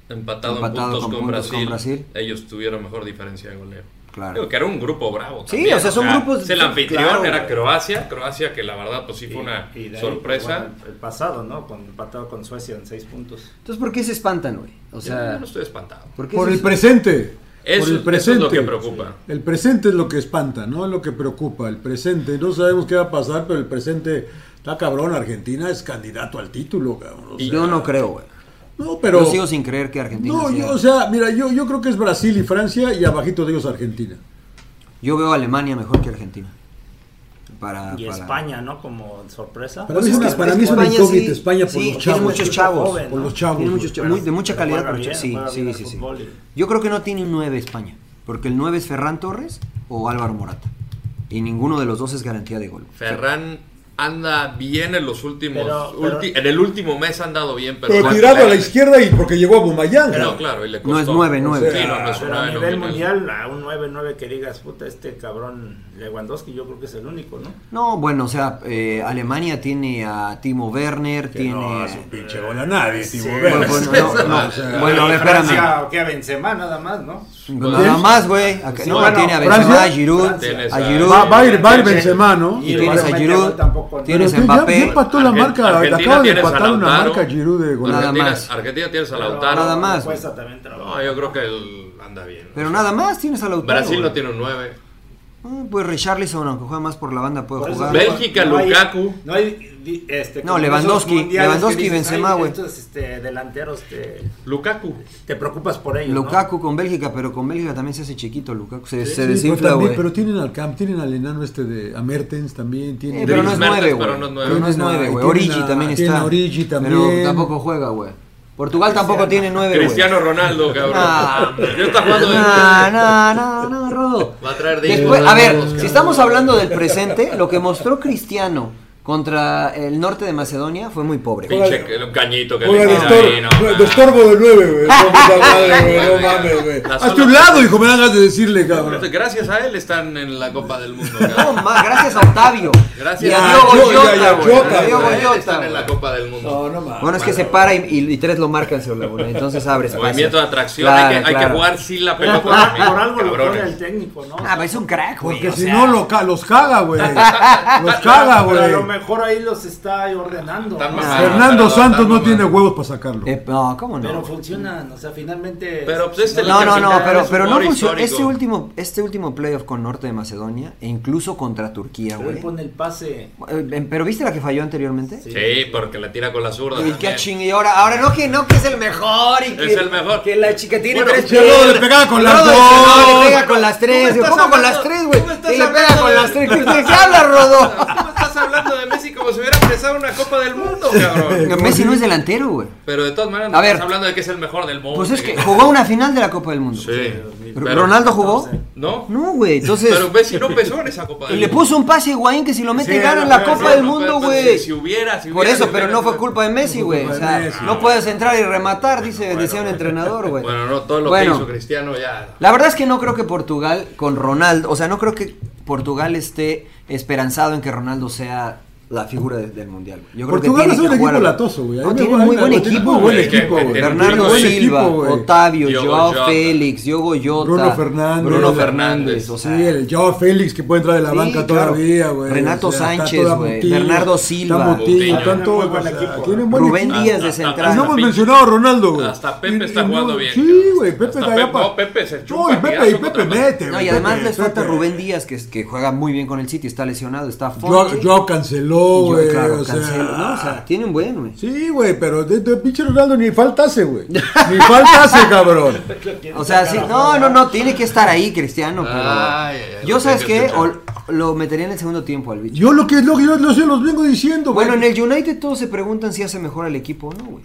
B: Empatado,
D: Empatado
B: en puntos,
D: con
B: con,
D: puntos
B: Brasil.
D: con Brasil.
B: Ellos tuvieron mejor diferencia de goleo. Digo
D: Claro.
B: que era un grupo bravo.
D: Sí,
B: también,
D: o sea, son grupos-
B: es El anfitrión
D: claro,
B: era
D: güey.
B: Croacia. Croacia, que la verdad, pues sí fue una
C: Y- y de ahí, pues,
B: sorpresa.
C: bueno, el pasado, ¿no? Con, empatado con Suecia en 6 puntos.
D: Entonces, ¿por qué se espantan, güey? O
B: yo
D: sea,
B: no estoy espantado.
D: ¿por qué
A: Por
D: se-
A: el presente.
B: Eso,
A: por el
B: eso
A: presente.
B: es lo que preocupa.
A: El presente es lo que espanta, ¿no? Es lo que preocupa, el presente. No sabemos qué va a pasar, pero el presente está cabrón. Argentina es candidato al título, cabrón. o sea,
D: Yo no creo, güey.
A: no, pero...
D: yo sigo sin creer que Argentina.
A: no,
D: sea-
A: yo, o sea, mira, yo, yo creo que es Brasil y Francia y abajito de ellos Argentina.
D: yo veo a Alemania mejor que Argentina. Para,
C: Y
D: para-
C: España, ¿no? Como sorpresa.
A: Ah, Pero
D: Pues
A: es
D: es
A: una-
D: que
A: para mí es una
D: España
A: incógnita
D: sí-
A: España por
D: sí,
A: los
D: tiene
A: chavos.
D: muchos chavos.
C: Joven,
A: Por
C: ¿no?
A: los chavos.
D: Tiene muchos
A: güey.
D: cha- muy- de mucha
C: Pero
D: calidad,
C: juega
D: pero
C: bien,
D: sí,
C: juega bien
D: sí,
C: al
D: sí, sí.
C: fútbol y-
D: Yo creo que no tiene un 9 España, porque el 9 es Ferran Torres o Álvaro Morata. Y ninguno de los dos es garantía de gol.
B: Ferran anda bien en los últimos.
C: Pero- pero-
B: ulti- en el último mes ha andado bien, pero.
A: Pero
B: cuando-
A: tirado a la izquierda y porque llegó a Bumayán.
B: Pero
A: cabrón.
B: claro, y le
D: No es
B: costó.
D: nueve, nueve.
B: Sí, no, no es
C: Ah, Pero a
B: nueve, no,
C: nivel
B: no, no.
C: mundial, a un 9-9 que digas, puta, este cabrón Lewandowski, yo creo que es el único, ¿no?
D: No, bueno, o sea, eh, Alemania tiene a Timo Werner,
A: Que
D: tiene...
A: No, hace un pinche gol a nadie,
C: Sí.
A: Timo
D: Bueno,
A: Werner.
D: pues, no,
A: *laughs*
D: no,
A: O sea,
D: bueno, a ver, espérame.
C: Francia, que a Benzema nada más, ¿no?
D: Nada más, güey. Acá-
C: Sí,
D: No,
C: bueno,
D: tiene a
A: Francia.
D: Benzema, a Giroud,
B: Tienes
D: a
B: a-
D: Giroud.
A: Va, va a ir, va a ir Benzema, ¿no?
D: Y
C: Y
D: tienes a
C: igualmente
D: Giroud,
C: no, tampoco, no.
A: Pero
D: tienes a
A: tú ya- ya
D: Mbappé.
A: empató la
B: Argen-
A: marca,
B: Argentina
A: acaba de
B: tienes a
A: empatar una
B: Lautaro.
A: marca Giroud de gol.
D: Nada
B: Argentina,
D: más.
B: Argentina tienes a
C: Pero
B: Lautaro.
D: Nada más,
C: Cuesta también trabajo.
B: No, yo creo que él anda bien.
D: Pero nada más tienes a Lautaro.
B: Brasil no
D: güey.
B: tiene un 9.
D: Ah, Pues Richarlison, aunque juega más por la banda,
C: Por
D: puede
C: eso
D: jugar.
B: Ve- Bélgica,
C: hay-
B: Lukaku.
C: no hay, di- este,
D: No,
C: como
D: Lewandowski,
C: esos mundiales que
D: Lewandowski y
C: dices,
D: Benzema,
C: "Ay,
D: güey".
C: Estos este, delanteros te,
B: Lukaku.
C: te preocupas por ellos. ¿no?
D: Lukaku con Bélgica, pero con Bélgica también se hace chiquito, Lukaku. Se, se
A: Sí, pero,
D: desinfla,
A: también-
D: güey.
A: pero tienen al Camp, tienen al enano este de a Mertens también, tienen.
D: Eh, pero no es
B: Dries
D: nueve,
B: Mertens,
D: güey.
B: pero no es nueve.
D: Pero no es nueve, güey.
A: Tiene
D: Origi
A: a-
D: también
A: tiene
D: está.
A: a Origi también.
D: Pero tampoco juega, güey. Portugal tampoco tiene nueve, güey.
B: Cristiano Ronaldo, cabrón.
D: Ah.
B: yo está jugando de-
D: No, no, no, no, Rodo.
B: Va a traer de
D: Después- a ver,
B: Oscar.
D: si estamos hablando del presente, lo que mostró Cristiano contra el norte de Macedonia fue muy pobre. güey.
B: Pinche que- un cañito que
A: Juega
B: le
A: de,
B: tira
A: estor-
B: ahí, no,
A: de-
B: mames.
A: de estorbo de nueve, *laughs* güey. No, puta madre, güey, no
B: La
A: mames, güey.
B: sola-
A: Hazte un lado, hijo, me dan ganas de decirle, cabrón.
B: Gracias a él están en la Copa del Mundo.
D: No,
B: cabrón.
D: ma, gracias a Octavio.
B: Gracias
D: y
B: a
D: a
A: Octavio,
D: Diogo
A: y a- y
D: Jota,
A: a
D: güey.
A: Jota,
D: A Diogo
A: güey.
D: Jota,
B: Están en la
D: güey.
B: Copa del Mundo.
A: No, no mames.
D: Bueno, es que se para y, y- y tres lo marcan sobre la bola. Entonces abre espacio.
B: Movimiento de atracción.
D: Claro,
B: hay, que, hay que
D: claro.
B: jugar sin la
C: Pero
B: pelota.
C: por,
B: también,
C: por algo lo pone
B: cabrones.
C: el técnico, ¿no?
D: Ah, pero es un crack, güey.
A: Porque
D: o
A: si
D: sea.
A: no, lo ca- los caga, güey. Los caga,
C: Pero a lo
A: güey.
C: mejor ahí los está ordenando.
B: Están
C: ¿no?
B: más-
A: Fernando
B: Ah,
A: Santos
B: no,
A: no
B: no,
A: tiene
B: no.
A: huevos para sacarlo.
D: Eh, no, ¿cómo no?
C: Pero funcionan, o sea, finalmente.
B: Pero, pues, este
D: No, no, no,
B: Capital
D: pero,
B: es
D: pero no
B: humor
D: funcionó.
B: histórico.
D: Este último, este último playoff con Norte de Macedonia, e incluso contra Turquía,
C: Pero él
D: güey.
C: pone el pase.
D: Eh, Pero viste la que falló anteriormente.
C: pues. Sí.
B: Sí, porque la tira con la zurda.
D: Y que
B: también.
D: a ching- y ahora, ahora no que no que es el mejor y que
B: Es el mejor.
D: que la chica tiene
B: Bueno,
D: tres
A: que Rodo
D: piernas.
A: le pegaba con las
D: Rodo
A: dos.
D: le- no, le pega con las
B: ¿Cómo
D: tres. Digo,
B: estás
D: ¿Cómo con
B: hablando-
D: las tres, güey?
B: cómo estás
D: Y le pega
B: hablando
D: con
B: de- *laughs*
D: las tres. ¿De qué habla Rodo?
B: ¿Cómo estás hablando de Messi como si hubiera empezado una Copa del Mundo, cabrón?
D: Messi no es delantero, güey.
B: Pero de todas maneras,
D: A
B: no
D: ver.
B: estás hablando de que es el mejor del mundo.
D: Pues es que jugó una final de la Copa del Mundo.
B: Sí.
D: Pero- ¿Ronaldo jugó?
B: ¿No?
D: No, güey. Entonces
B: Pero Messi no empezó en esa Copa del
D: y le
B: Mundo.
D: puso un pase a Higuaín que si lo mete
C: Sí,
D: gana
C: no,
D: la
C: no,
D: Copa
B: No,
D: del
B: no,
D: Mundo,
B: pero
D: güey.
B: Si hubiera, si hubiera.
D: Por eso,
B: si
D: pero
B: hubiera,
D: no
B: si
D: fue
B: hubiera.
D: culpa de Messi, güey. O
A: culpa de
D: sea,
A: Messi,
D: no
A: güey.
D: puedes entrar y rematar, dice, decía un entrenador, güey.
B: Bueno, no, todo lo
D: Bueno.
B: que hizo Cristiano ya.
D: La verdad es que no creo que Portugal con Ronaldo, o sea, no creo que Portugal esté esperanzado en que Ronaldo sea la figura de- del mundial. güey. Yo creo
A: Portugal
D: que
A: es
D: tiene
A: un
D: que
A: equipo
D: jugar a-
A: latoso, güey. A
D: No,
A: mí me
D: tiene
A: gusta,
D: muy buen
A: tiene
D: equipo,
A: muy buen
D: güey.
A: equipo, güey.
D: Bernardo
A: Tiene buen
D: Silva,
A: equipo, güey.
D: Octavio,
B: Diogo
D: Joao
B: Jota.
D: Félix, Diogo Jota,
A: Bruno Fernández.
D: Bruno Fernández, o sea,
A: sí, el Joao Félix que puede entrar de la
D: Sí,
A: banca
D: claro.
A: todavía, güey.
D: Renato
A: está
D: Sánchez,
A: toda
D: güey.
A: Moutinho,
D: Bernardo
A: está
D: Silva.
A: Moutinho,
B: Moutinho.
A: están todos,
C: Tiene muy
A: o
C: buen
A: sea,
C: equipo.
A: tienen buen
D: Rubén
A: equipo.
D: Díaz de
B: Hasta- hasta
A: Y
D: central.
A: no hemos
B: Pepe.
A: mencionado a Ronaldo, güey.
B: Hasta Pepe
A: Y- y
B: está
A: no-
B: jugando bien,
A: Sí,
B: cabrón.
A: güey, Pepe
B: Hasta
A: está allá
B: Pepe-
A: para...
B: no, Pepe se echó un
A: No, y Pepe, y
B: partidazo
A: Pepe
B: contra-
A: mete,
D: No,
A: güey,
D: y además
A: Pepe,
D: les falta
A: Pepe.
D: Rubén Díaz, que, es- que juega muy bien con el City, está lesionado, está
A: Joao
D: fuerte.
A: Joao canceló,
D: Yo,
A: güey.
D: claro,
A: eh, o sea, ah,
D: Cancelo, no, o sea, tiene un buen, güey.
A: Sí, güey, pero de, de pinche Ronaldo ni faltase,
D: *laughs*
A: güey. Ni faltase, cabrón.
D: O sea, sí, no, no, no, tiene que estar ahí Cristiano, pero
B: Ay, ay, ay,
D: yo
B: lo
D: sabes
B: tenía que
D: qué,
B: escuchar.
D: O lo metería en el segundo tiempo al bicho.
A: Yo lo que lo, que yo, lo- yo los vengo diciendo, güey.
D: bueno, en el United todos se preguntan si hace mejor al equipo o no, güey.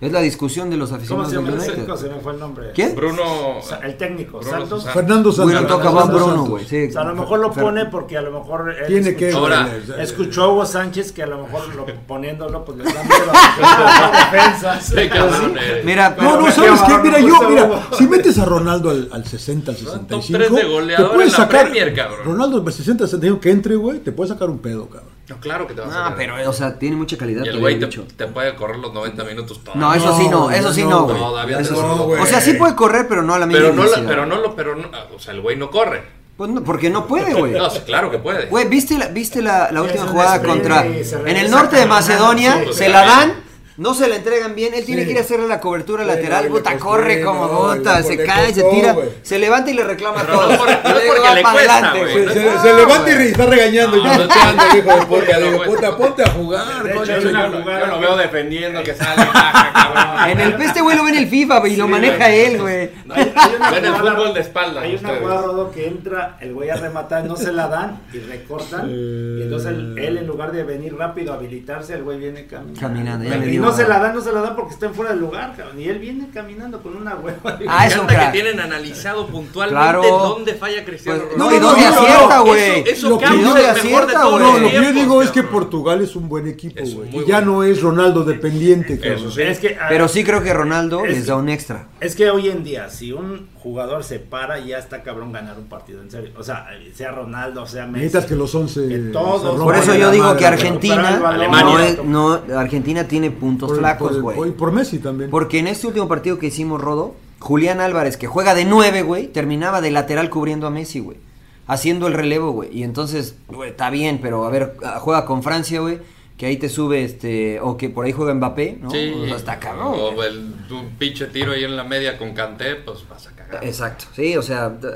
D: Es la discusión de los
C: ¿Cómo
D: aficionados
C: se
D: del
C: llama el técnico? Se
D: United.
C: me fue el nombre.
D: ¿Quién?
B: Bruno. eh,
C: O sea, El técnico,
B: Bruno
C: Santos.
B: Susana.
A: Fernando Santos.
D: Bueno, toca
A: Fernando
D: Van Bruno,
A: Santos.
D: güey. sí.
C: O sea, a lo mejor lo
D: Fer-
C: pone porque a lo mejor. él
A: Tiene que.
C: escuchó-
B: Ahora,
A: güey, o sea,
C: Escuchó a Hugo Sánchez que a lo mejor lo, poniéndolo, pues le da miedo a las defensas.
B: Sí, cabrón, eh.
D: Mira,
A: No,
C: Pero
A: no,
C: me
A: ¿sabes qué?
C: llamaron,
A: Mira,
C: no
A: yo,
C: sé,
A: mira,
C: Hugo.
A: si metes a Ronaldo al, al 60, al 65,
B: tres de goleador
A: te puedes
B: en la
A: sacar.
B: Premier, cabrón.
A: Ronaldo al 60, 65, que entre, güey, te puede sacar un pedo, cabrón.
B: No, claro que te vas a
D: Ah,
B: ganar.
D: pero o sea, tiene mucha calidad
B: Y el
D: todavía
B: güey
D: el
B: te,
D: bicho.
B: te puede correr los 90 minutos todo.
D: No, Ah, eso sí no,
A: No,
D: eso sí
A: no,
D: no,
A: no,
D: güey.
B: todavía
D: Eso
B: te-
D: sí
B: no,
A: güey.
D: O sea, sí puede correr, pero no a la misma
B: pero no, la-
D: velocidad.
B: pero no lo, pero no, o sea, el güey no corre.
D: Pues no, porque no puede, güey.
B: No, sí, claro que puede.
D: Güey, ¿viste la, viste la, la última
C: un
D: jugada
C: sprint
D: contra...
C: y se
D: En
C: regresa
D: el norte de
C: caminando,
D: Macedonia,
B: sí.
D: se la dan, no se la entregan bien, él tiene
A: Sí.
D: que ir a hacerle la cobertura
A: Güey,
D: lateral,
A: no, le
D: puta,
A: costó,
D: corre como
A: no,
D: bota,
A: le
D: se
A: costó,
D: cae, se tira,
A: güey.
D: se levanta y le reclama a
B: Pero no
D: todos.
B: por- no
D: Y luego
B: porque
D: va
B: le
D: pa'
B: cuesta,
D: adelante,
B: güey.
D: güey.
B: Se-
D: Ah, güey.
A: está regañando.
B: No, no,
A: chingando, hijo
B: no,
A: de
B: no, no, güey.
A: ponte a jugar,
C: De hecho,
A: coño.
C: hay una
B: yo,
C: jugada-
B: yo lo veo defendiendo que sale baja, cabrón.
D: *laughs* En el peste, güey, lo ve en el FIFA güey, y lo
C: Sí,
D: maneja
B: güey.
D: él, güey.
C: Hay- hay una
B: Ven el
C: jugada-
B: fútbol de espalda,
C: Hay una
B: ustedes.
C: jugada Rodo, que entra, el güey a rematar, no se la dan y
D: Eh.
C: recortan. Y entonces el- él, en lugar de venir rápido a habilitarse, el güey viene caminando.
D: Caminando, ya
C: Y
D: le dio
C: no no se la dan, no se la dan porque están fuera del lugar, cabrón. Y él viene caminando con una hueva.
D: Ah, es un
B: encanta
D: crack.
B: que tienen analizado puntualmente
D: Claro.
B: dónde falla Cristiano
D: Pues,
A: No,
D: no,
B: Ronaldo.
D: y
A: no,
D: dónde
A: no, no,
D: acierta,
A: no.
D: güey.
B: Eso- eso
D: Y
A: cambia
D: dónde
B: el mejor de
D: acierta,
B: todos
A: No,
D: güey.
A: lo que yo
B: tiempos,
A: digo es que
B: cabrón.
A: Portugal es un buen equipo,
B: Es
A: güey.
B: muy
A: Y ya
B: bueno.
A: no es Ronaldo dependiente, cabrón.
B: Eso sí.
C: Es que, ah,
D: Pero sí creo que Ronaldo
C: Es-
D: les da un extra.
C: es que hoy en día, si un jugador se para, ya está cabrón ganar un partido, en serio. O sea, sea Ronaldo, sea Messi.
A: Necesitas que los 11
C: Que todos.
A: se rompan
D: Por eso
A: la
D: yo digo
A: madre,
D: que
A: cabrón.
D: Argentina,
C: Recuperar el
B: balón.
D: no, es- no, Argentina tiene puntos
A: Por- por
D: flacos,
A: el- Y
D: güey.
A: por Messi también.
D: Porque en este último partido que hicimos, Rodo, Julián Álvarez, que juega de 9, güey, terminaba de lateral cubriendo a Messi, güey. Haciendo el relevo, güey. Y entonces, güey, está bien, pero a ver, ah, juega con Francia, güey. Que ahí te sube, este, o que por ahí juega Mbappé, ¿no?
B: Sí.
D: O sea, está cabrón. güey.
B: O pues, el, un pinche tiro ahí en la media con Canté, pues vas a cagar.
D: Exacto, sí, o sea, d-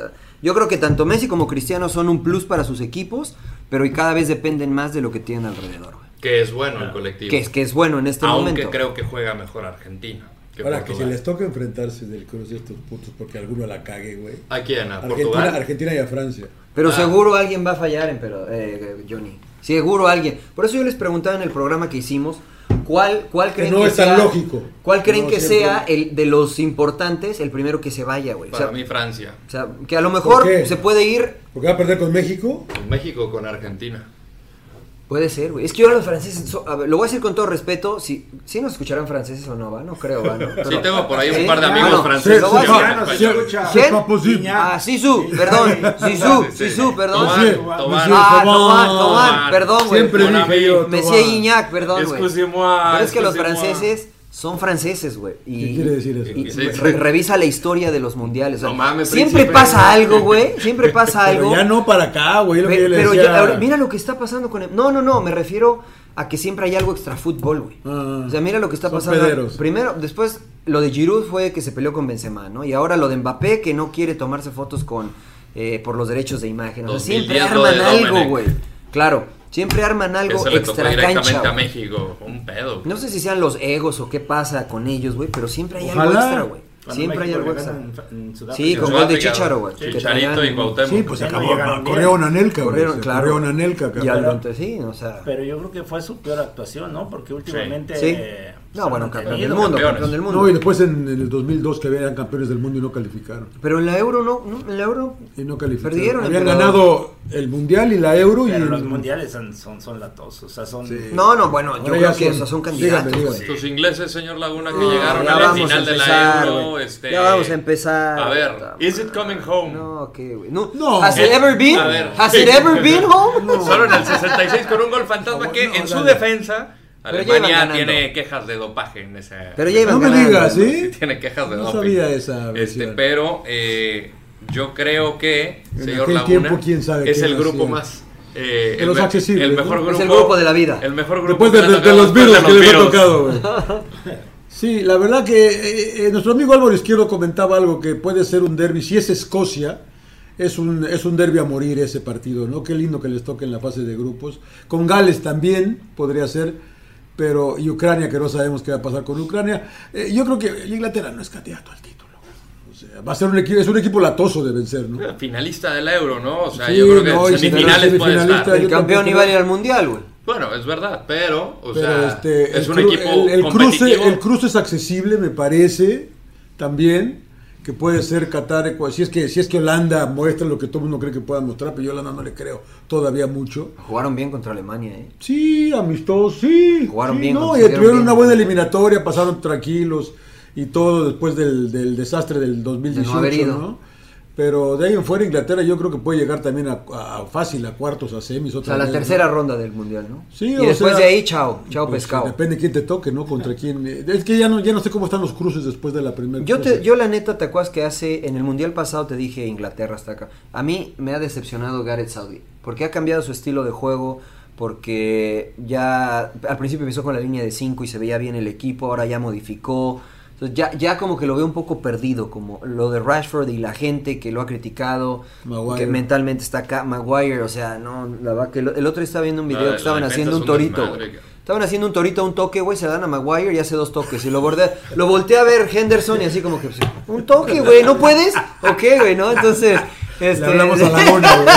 D: yo creo que tanto Messi como Cristiano son un plus para sus equipos, pero y cada vez dependen más de lo que tienen alrededor, güey.
B: Que es bueno
A: Ah.
B: el colectivo.
D: Que es, que es bueno en este
B: Aunque
D: momento.
B: creo que juega mejor Argentina. que
A: Ahora, que si
B: Portugal.
A: les toca enfrentarse del cruce de estos putos porque alguno la cague, güey.
B: ¿A quién? ¿A
A: Argentina,
B: Portugal?
A: Argentina y a Francia.
D: Pero
B: Ah.
D: seguro alguien va a fallar en pero, eh, Johnny. Seguro alguien. Por eso yo les preguntaba en el programa que hicimos cuál, cuál
A: Que
D: creen
A: no
D: que
A: es tan
D: sea-
A: lógico.
D: ¿Cuál creen
A: No,
D: que
A: siempre.
D: sea el de los importantes el primero que se vaya, güey? O
B: Para
D: sea,
B: mí Francia.
D: o sea, que a lo mejor
A: ¿Por qué?
D: se puede ir.
A: Porque va a perder con México.
B: Con México con Argentina.
D: Puede ser, güey. Es que yo a los franceses, so- a ver, lo voy a decir con todo respeto, si, si nos escucharán franceses o no, ¿va? No creo,
B: *laughs*
D: ¿va? No,
B: Sí,
D: pero-
B: tengo por ahí un
D: Sí,
B: par de
D: ah,
B: amigos
D: no.
B: franceses.
D: Lo voy a
B: que
D: decir-
B: hablan
C: no,
B: español.
C: escucha.
D: ¿Quién?
A: Papá, sí.
D: Ah, Sisu, perdón. Sisu, Sisu, perdón.
B: Tomás,
A: Monsieur,
B: Tomás.
A: Monsieur
D: Ah,
A: Tomás.
D: Tomás, Tomás, perdón, güey.
A: Siempre
B: Mon
A: dije
B: ami.
A: yo.
D: Messi e
A: Tomás.
D: Iñak, perdón, güey.
B: Excusez-moi,
D: Pero es que los
B: excusez-moi.
D: franceses son franceses, güey. y-
A: ¿Qué quiere decir eso?
D: y-
B: Sí, sí.
D: re- revisa la historia de los mundiales. o sea,
B: No mames,
D: siempre
B: príncipe.
D: pasa algo, güey. Siempre pasa
A: Pero
D: algo.
A: ya no para acá, güey.
D: Pe-
A: lo que yo le
D: Ah, pero
A: decía.
D: ya- ahora, mira lo que está pasando con el- No, no, no, me refiero a que siempre hay algo extra fútbol, güey.
A: Ah,
D: o sea, mira lo que está
A: son
D: pasando.
A: pederos.
D: Primero, después lo de Giroud fue que se peleó con Benzema, ¿no? Y ahora lo de Mbappé que no quiere tomarse fotos con eh, por los derechos de imagen. O sea, siempre
B: 2010 lo
D: arman
B: de
D: algo,
B: Domenech.
D: güey. Claro, siempre arman
B: Que
D: algo
B: se le tocó
D: extra
B: directamente
D: cancha.
B: a
D: güey.
B: México. Un pedo.
D: No sé si sean los egos o qué pasa con ellos, güey, pero siempre hay algo
A: Ojalá.
D: extra, güey.
C: Cuando
D: Siempre hay
C: México
D: algo
C: le
D: extra.
C: gana en- en Sudáfrica.
D: Sí, con
B: Sudáfrica,
D: gol de Chicharo, güey. que
B: Chicharito
D: traían-
B: y Cuauhtémoc.
A: Sí, pues se
C: Ya no
A: acabó.
C: llegaron bien.
A: corrieron a Nelca, güey.
D: Corrieron,
A: se
D: claro.
A: Corrieron a Nelca,
D: Y al
A: cabrón.
D: sí, o sea.
C: Pero yo creo que fue su peor actuación, ¿no? Porque últimamente.
D: Sí.
C: eh,
D: No,
C: se
D: bueno,
C: han
D: campeón del
C: mantenido.
D: mundo,
B: campeones.
D: campeón del mundo.
A: No, y después en, en el 2002 que eran campeones del mundo y no calificaron.
D: Pero en la Euro no, no, en la Euro
A: Y no calificaron.
D: Perdieron,
A: Habían
D: emperador.
A: ganado el Mundial y la Euro. y
C: Pero
A: el-
C: los mundiales son, son, son latosos. O sea, son.
A: Sí.
D: No, no, bueno, yo
A: Ahora
D: creo
A: ya
D: que
A: son-
D: o sea, son
A: dígame,
D: candidatos.
A: dígame.
D: güey.
B: Tus ingleses, señor Laguna, que
D: No,
B: llegaron
D: ya
B: a la
D: vamos a
B: final
D: empezar,
B: de la Euro.
D: güey.
B: Este...
D: Ya vamos a empezar.
B: A ver,
D: Puta
B: ¿is it
D: madre.
B: coming home?
D: No, ¿qué, güey? No.
A: No.
D: ¿Has it
B: Eh,
D: ever been?
B: a ver.
D: ¿Has it ever been home?
B: *laughs* Solo en el 66 con un gol fantasma
A: No,
B: que
A: no,
B: en su
A: dale.
B: defensa
D: Pero ya iban
B: Alemania
D: ganando.
B: tiene quejas de dopaje en esa.
D: Pero ya iban
A: No me
D: ganando,
A: digas,
D: güey.
A: ¿sí?
B: tiene quejas de
A: No
B: doping.
A: sabía esa
B: Este,
A: versión.
B: pero eh, yo creo que
A: En
B: señor
A: aquel
B: Laguna
A: tiempo, quién sabe
B: es
A: quién
B: el grupo
A: hacía.
B: más eh,
A: De
B: el
A: los
B: me-
A: accesibles,
B: el
A: ¿no?
B: mejor
A: Es
B: grupo
D: el grupo de la vida.
B: El mejor grupo
A: Después de,
B: que
A: de-
B: le ha
A: de
B: tocado
A: los virus que
B: después de
A: les ha
B: virus.
A: tocado, güey. *laughs* Sí, la verdad que eh, eh, nuestro amigo Álvaro Izquierdo comentaba algo que puede ser un derby, si es Escocia, es un, es un derby a morir ese partido, ¿no? Qué lindo que les toque en la fase de grupos. Con Gales también podría ser, pero y Ucrania, que no sabemos qué va a pasar con Ucrania. Eh, yo creo que Inglaterra no es candidato al título. O sea, va a ser un equipo, es un equipo latoso de vencer, ¿no?
B: Finalista del Euro, ¿no? O sea,
A: Sí,
B: yo creo que
A: no, y
B: en semifinales puede
A: semifinalista-
B: estar.
A: Yo
D: El campeón
A: tampoco-
D: iba a ir al mundial, güey.
B: Bueno, es verdad, pero, o
A: Pero
B: sea,
A: este,
B: es
A: el
B: un
A: cru-
B: equipo
A: el, el
B: competitivo.
A: cruce, el cruce es accesible, me parece, también, que puede ser Qatar, Ecua- si es que, si es que Holanda muestra lo que todo el mundo cree que pueda mostrar, pero yo a Holanda no le creo todavía mucho.
D: Jugaron bien contra Alemania, ¿eh?
A: Sí, amistoso, sí.
D: Jugaron
A: sí,
D: bien,
A: No, y
D: consiguieron
A: tuvieron
D: bien.
A: una buena eliminatoria, pasaron tranquilos y todo después del, del desastre del 2018,
D: haber ido.
A: ¿no? Pero de ahí en fuera Inglaterra yo creo que puede llegar también a, a fácil, a cuartos, a semis.
D: O sea, la tercera ronda del mundial, ¿no?
A: Sí,
D: y
A: o
D: después
A: sea,
D: de ahí, chao, chao
A: Pues,
D: pescado.
A: Depende de quién te toque, ¿no? Contra quién. eh, Es que ya no, ya no sé cómo están los cruces después de la primera.
D: Yo, te-
A: fase.
D: yo la neta, ¿te acuerdas que hace, en el Mundial pasado te dije Inglaterra hasta acá? A mí me ha decepcionado Gareth Saudi, porque ha cambiado su estilo de juego, porque ya al principio empezó con la línea de 5 y se veía bien el equipo, ahora ya modificó. Entonces ya, ya como que lo veo un poco perdido, como lo de Rashford y la gente que lo ha criticado,
A: Maguire.
D: que mentalmente está acá, Maguire, o sea, no, la verdad que el, el otro estaba viendo un video
B: No,
D: que
B: Ah, la
D: estaban
B: defensa
D: haciendo
B: es
D: un
B: un
D: torito,
B: desmadre,
D: güey.
B: cabrón.
D: Estaban haciendo un torito, un toque, güey, se dan a Maguire y hace dos toques. Y lo bordea, lo volteé a ver Henderson y así como que, pues, un toque, güey, ¿no puedes? ¿O qué, güey, no? Entonces,
A: Le
D: Este-
A: hablamos a
D: *laughs*
A: Laguna, güey.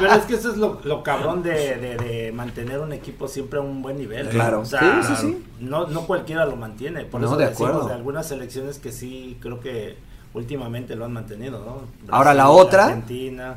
C: Pero es que eso es lo, lo cabrón de, de- de mantener un equipo siempre a un buen nivel. ¿no?
D: Claro.
C: O sea,
D: Sí, sí, sí.
C: No, no cualquiera lo mantiene. Por
D: No,
C: eso
D: de
C: decimos
D: acuerdo.
C: de algunas selecciones que sí creo que últimamente lo han mantenido, ¿no?
D: Ahora, la otra-
C: Argentina.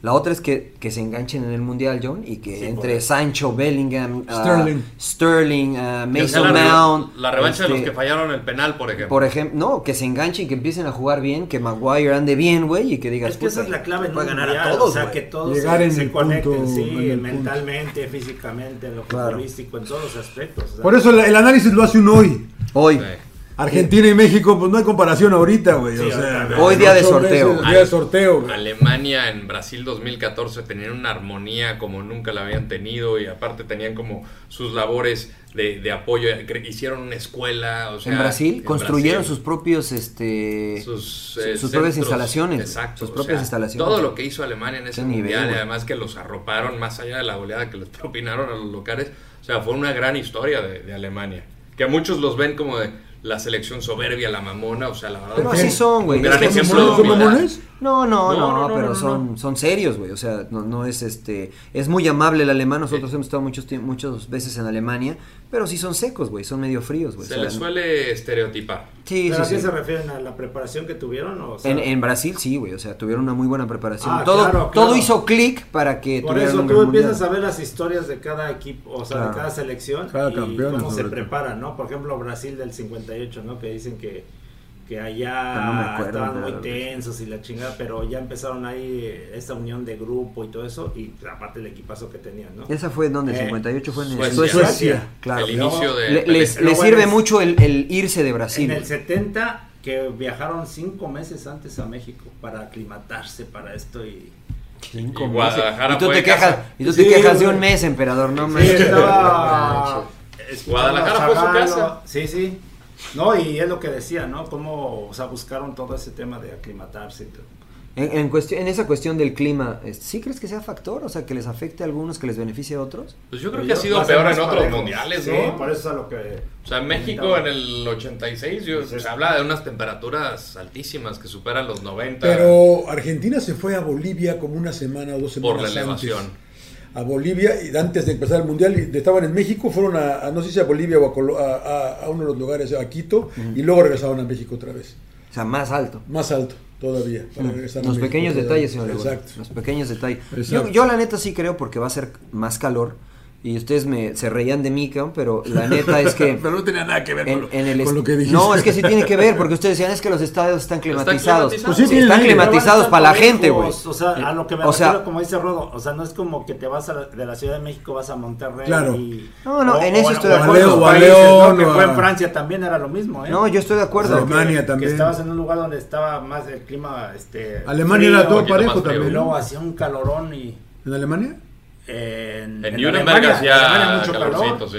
D: La otra es que, que se enganchen en el Mundial, John, y que
C: Sí, pues.
D: entre
C: porque-
D: Sancho, Bellingham, ah,
A: Sterling.
D: Sterling, ah,
B: Que sea
D: Mason
B: la, re-
D: Mount.
B: La revancha de los
D: este,
B: que fallaron el penal, por ejemplo.
D: Por ejemplo, no, que se enganchen, que empiecen a jugar bien, que Maguire ande bien, güey, y que digas.
C: Es que esa es
D: "Puta,
C: la clave, ¿no?
D: puede ganar
C: Mundial,
D: a todos,
C: o sea,
D: güey".
C: que todos
A: Llegar
C: se,
A: en
C: se
A: el
C: conecten,
A: punto,
C: sí,
A: en el punto.
C: mentalmente, físicamente, en lo
D: Claro.
C: futbolístico, en todos los aspectos. o sea,
A: Por eso el, el análisis lo hace un hoy.
D: Hoy.
B: Sí.
A: Argentina y México, pues no hay comparación ahorita, güey.
C: Sí,
A: o sea,
C: ahorita,
D: Hoy día de
A: ocho
D: sorteo.
A: veces, día de sorteo, güey.
B: Alemania en Brasil 2014 tenían una armonía como nunca la habían tenido y aparte tenían como sus labores de, de apoyo, cre- hicieron una escuela. O sea,
D: en Brasil
B: en
D: construyeron
B: Brasil.
D: sus propios. este
B: sus,
D: sus
B: eh,
D: propias
B: centros.
D: instalaciones.
B: Exacto,
D: Sus
B: o
D: propias
B: sea,
D: instalaciones.
B: Todo lo que hizo Alemania en ese
D: Qué nivel,
B: mundial, y
D: güey.
B: además que los arroparon más allá de la goleada que les *laughs* propinaron a los locales. O sea, fue una gran historia de, de Alemania. Que a muchos los ven como de la selección soberbia, la mamona. O sea, la verdad.
D: Pero
B: fue
D: así
B: un-
D: son, güey.
B: Un gran
D: Es que así
B: ejemplo de
D: son. ¿Son
B: humildad.
A: mamones?
D: No, no,
B: No,
D: no,
B: no, no,
D: pero
B: no,
D: son, son serios, güey. O sea, no, no es este. Es muy amable el alemán. Nosotros hemos estado muchos, tiemp- muchas veces en Alemania, pero sí son secos, güey. Son medio fríos, güey.
B: Se
D: o sea,
B: les
D: no-
B: suele estereotipar.
D: Sí,
C: ¿Pero
D: sí,
C: a qué
D: sí.
C: se refieren? ¿A la preparación que tuvieron? O sea,
D: En, en Brasil sí, güey, o sea, tuvieron una muy buena preparación.
C: Ah,
D: todo,
C: claro, claro.
D: todo hizo clic para que
C: Por
D: tuvieran
C: eso
D: un
C: tú
D: buen
C: empiezas a
D: mundial.
C: ver las historias de cada equipo, o sea,
D: Claro.
C: de cada selección
A: Cada
C: y
A: campeón,
C: cómo se
A: sobre todo.
C: preparan, ¿no? Por ejemplo, Brasil del 58, ¿no? Que dicen que, que allá
D: Ah, No me acuerdo,
C: estaban muy
D: pero-
C: tensos y la chingada, pero ya empezaron ahí eh, esta unión de grupo y todo eso, y aparte el equipazo que tenían, ¿no?
D: Esa fue donde,
C: Eh,
D: 58 fue en
B: Suecia.
D: Suecia.
A: Suecia.
D: Claro.
B: El inicio de.
D: Le- les
B: Pelé.
D: les
C: Lo bueno
D: sirve
C: es-
D: mucho el, el irse de Brasil.
C: en el
D: güey.
C: 70 que viajaron cinco meses antes a México para aclimatarse para esto y
D: Cinco
B: Y
D: meses.
B: Guadalajara
D: y tú
B: fue
D: te
B: de
D: quejas,
B: casa.
D: y tú te
A: Sí,
D: quejas de
A: güey.
D: un mes, emperador, *laughs* no
C: Sí,
D: manches.
C: estaba.
B: Guadalajara fue su casa.
C: Sí, sí. No, y es lo que decía, ¿no? Cómo, o sea, buscaron todo ese tema de aclimatarse. y todo.
D: En, en cuestión, en esa cuestión del clima, este, ¿sí crees que sea factor? O sea, que les afecte a algunos, que les beneficie a otros.
B: Pues yo creo
C: Pero
B: que ha
C: yo-
B: sido
C: va a ser
B: peor en
C: más
B: otros
C: parejo.
B: mundiales,
C: Sí,
B: ¿no?
C: por eso es a lo que.
B: O sea, México en el 86 yo-
C: Pues es-
B: se habla de unas temperaturas altísimas que superan los 90
A: Pero Argentina se fue a Bolivia como una semana o dos semanas
B: por la
A: antes.
B: elevación.
A: A Bolivia, y antes de empezar el mundial, y estaban en México, fueron a, a- no sé si a Bolivia o a, Colo- a- a- a uno de los lugares, a Quito, y luego regresaron a México otra vez.
D: O sea, más alto.
A: Más alto todavía. para regresar a
D: Los
A: México
D: pequeños
A: todavía.
D: detalles, señor. Leguero.
A: Exacto.
D: Los pequeños detalles. Yo,
A: Exacto.
D: yo la neta sí creo porque va a ser más calor. Y ustedes me, se reían de mí, cabrón, pero la neta es
A: *laughs*
D: que...
A: no tenía nada que ver
D: en, en el
A: con
D: est-
A: lo que dijiste.
D: No, es que sí tiene que ver, porque ustedes decían es que los estadios están climatizados.
B: climatizados. Pues sí,
D: Sí,
A: tienen
D: están
A: aire.
D: climatizados
C: Pero van
D: para
C: a
D: la
C: estar
D: gente, güey.
C: lejos, O sea, a lo que me
D: O sea-
C: refiero, como dice Rodo, o sea, no es como que te vas a la- de la Ciudad de México, vas a Monterrey.
A: Claro.
C: y-
D: No, no,
C: o-
D: en eso
C: o-
D: estoy de
C: o a
A: acuerdo.
C: otros
A: O a
C: países,
A: León,
C: ¿no? Que
A: o
C: fue
A: a-
C: en Francia también era lo mismo, ¿eh?
D: No, yo estoy de acuerdo.
A: Exacto. Alemania
C: que,
A: también.
C: Que estabas en un lugar donde estaba más el clima. Este,
A: Alemania
C: frío,
A: era todo
B: poquito más
A: parejo
B: frío.
A: también.
C: Y
A: ¿no?
C: luego hacía un calorón y.
A: ¿En Alemania?
C: En,
B: En
C: en
B: Nuremberg
C: Alemania- en Alemania
B: hacía
C: mucho
B: calorcito,
C: calor.
B: sí.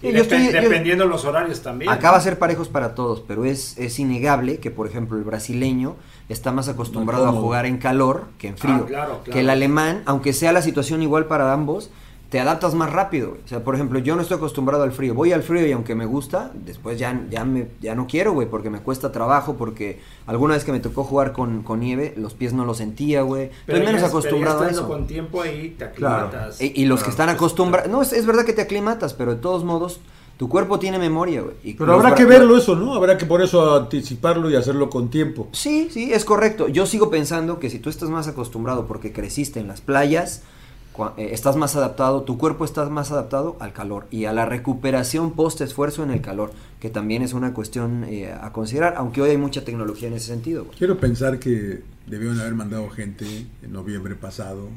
D: Sí,
C: Y
D: yo estoy-
C: depe-
D: yo-
C: dependiendo los horarios también.
D: Acá va a ser parejos para todos, pero es, es innegable que, por ejemplo, el brasileño está más acostumbrado a
A: Cómodo.
D: jugar en calor que en frío.
C: Ah, claro, claro.
D: Que el alemán, aunque sea la situación igual para ambos, te adaptas más rápido. güey. O sea, por ejemplo, yo no estoy acostumbrado al frío. Voy al frío y aunque me gusta, después ya, ya, me, ya no quiero, güey, porque me cuesta trabajo, porque alguna vez que me tocó jugar con, con nieve, los pies no los sentía, güey. Estoy menos
C: ya-
D: acostumbrado
C: pero
D: a
C: ya estando
D: eso.
C: con tiempo ahí te
A: Claro.
C: aclimatas.
D: Y, y los
C: Claro,
D: que están
C: pues,
D: acostumbrados... No, es, es verdad que te aclimatas, pero de todos modos, tu cuerpo tiene memoria, güey. Y
A: Pero
D: los
A: habrá
D: bra-
A: que verlo eso, ¿no? Habrá que por eso anticiparlo y hacerlo con tiempo.
D: Sí, sí, es correcto. Yo sigo pensando que si tú estás más acostumbrado porque creciste en las playas, cua- eh, estás más adaptado, tu cuerpo está más adaptado al calor y a la recuperación post esfuerzo en el calor, que también es una cuestión eh, a considerar, aunque hoy hay mucha tecnología en ese sentido. güey.
A: Quiero pensar que debieron haber mandado gente en noviembre pasado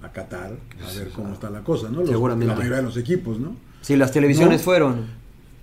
A: a Qatar a ver cómo está la cosa, ¿no? Los-
D: Seguramente.
A: La mayoría de los equipos, ¿no?
D: Sí, las televisiones
A: No.
D: fueron.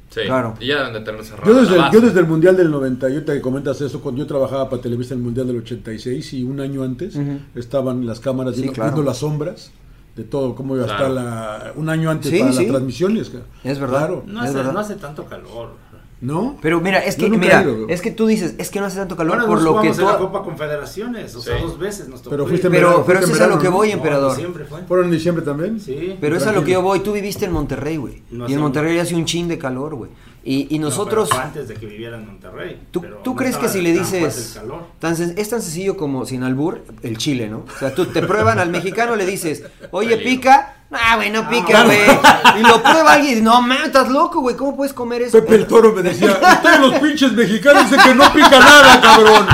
B: Sí,
D: Claro.
B: y ya deben de tener cerrado.
A: Yo desde, el, yo desde el Mundial del 98, que comentas eso, cuando yo trabajaba para Televisa en el Mundial del 86 y un año antes
D: Ujú.
A: estaban las cámaras
D: Sí,
A: viendo,
D: claro.
A: viendo las sombras de todo, cómo iba a estar
B: Claro.
A: la, un año antes
D: Sí,
A: para
D: sí.
A: las transmisiones. ca-
D: Es verdad.
A: Claro.
C: No
D: Es
C: hace,
D: verdad.
C: no hace tanto calor.
A: ¿No?
D: Pero mira, es
A: Yo
D: que
A: nunca he
D: mira,
A: ido, güey.
D: es que tú dices, es que no hace tanto calor
C: Ahora
D: por
C: nos
D: lo que
C: jugamos
D: tú
C: en la Copa Confederaciones, o sea,
B: Sí.
C: dos veces nos tocó.
A: Pero
C: ir.
A: fuiste en
D: Pero
A: verano,
D: pero
A: fuiste
D: eso
A: en
D: es a lo
A: verano,
D: que
A: pues, ¿no?
D: voy,
C: No,
D: emperador.
C: Siempre fue.
A: ¿Fueron en diciembre también?
C: Sí.
D: Pero es a lo que
A: Tranquilo.
D: yo voy. Tú viviste en Monterrey, güey.
C: No
D: y en
C: hace
D: Monterrey hace un chin de calor, güey. Y Y, y
C: No,
D: nosotros...
C: pero fue antes de que viviera en Monterrey.
D: ¿Tú,
C: pero
D: tú
C: no
D: crees que
C: estaba
D: si le
C: tan fuerte
D: dices...
C: el calor.
D: tan sen- es tan sencillo como sin albur el chile, ¿no? O sea, tú te prueban al mexicano, le dices, oye,
B: Peligro.
D: pica. Ah, güey, no pica,
C: claro.
D: güey. Y lo prueba alguien y dice, no, man, estás loco, güey, ¿cómo puedes comer eso?
A: Pepe el Toro me decía, ustedes los pinches mexicanos dicen que no pica nada, cabrón.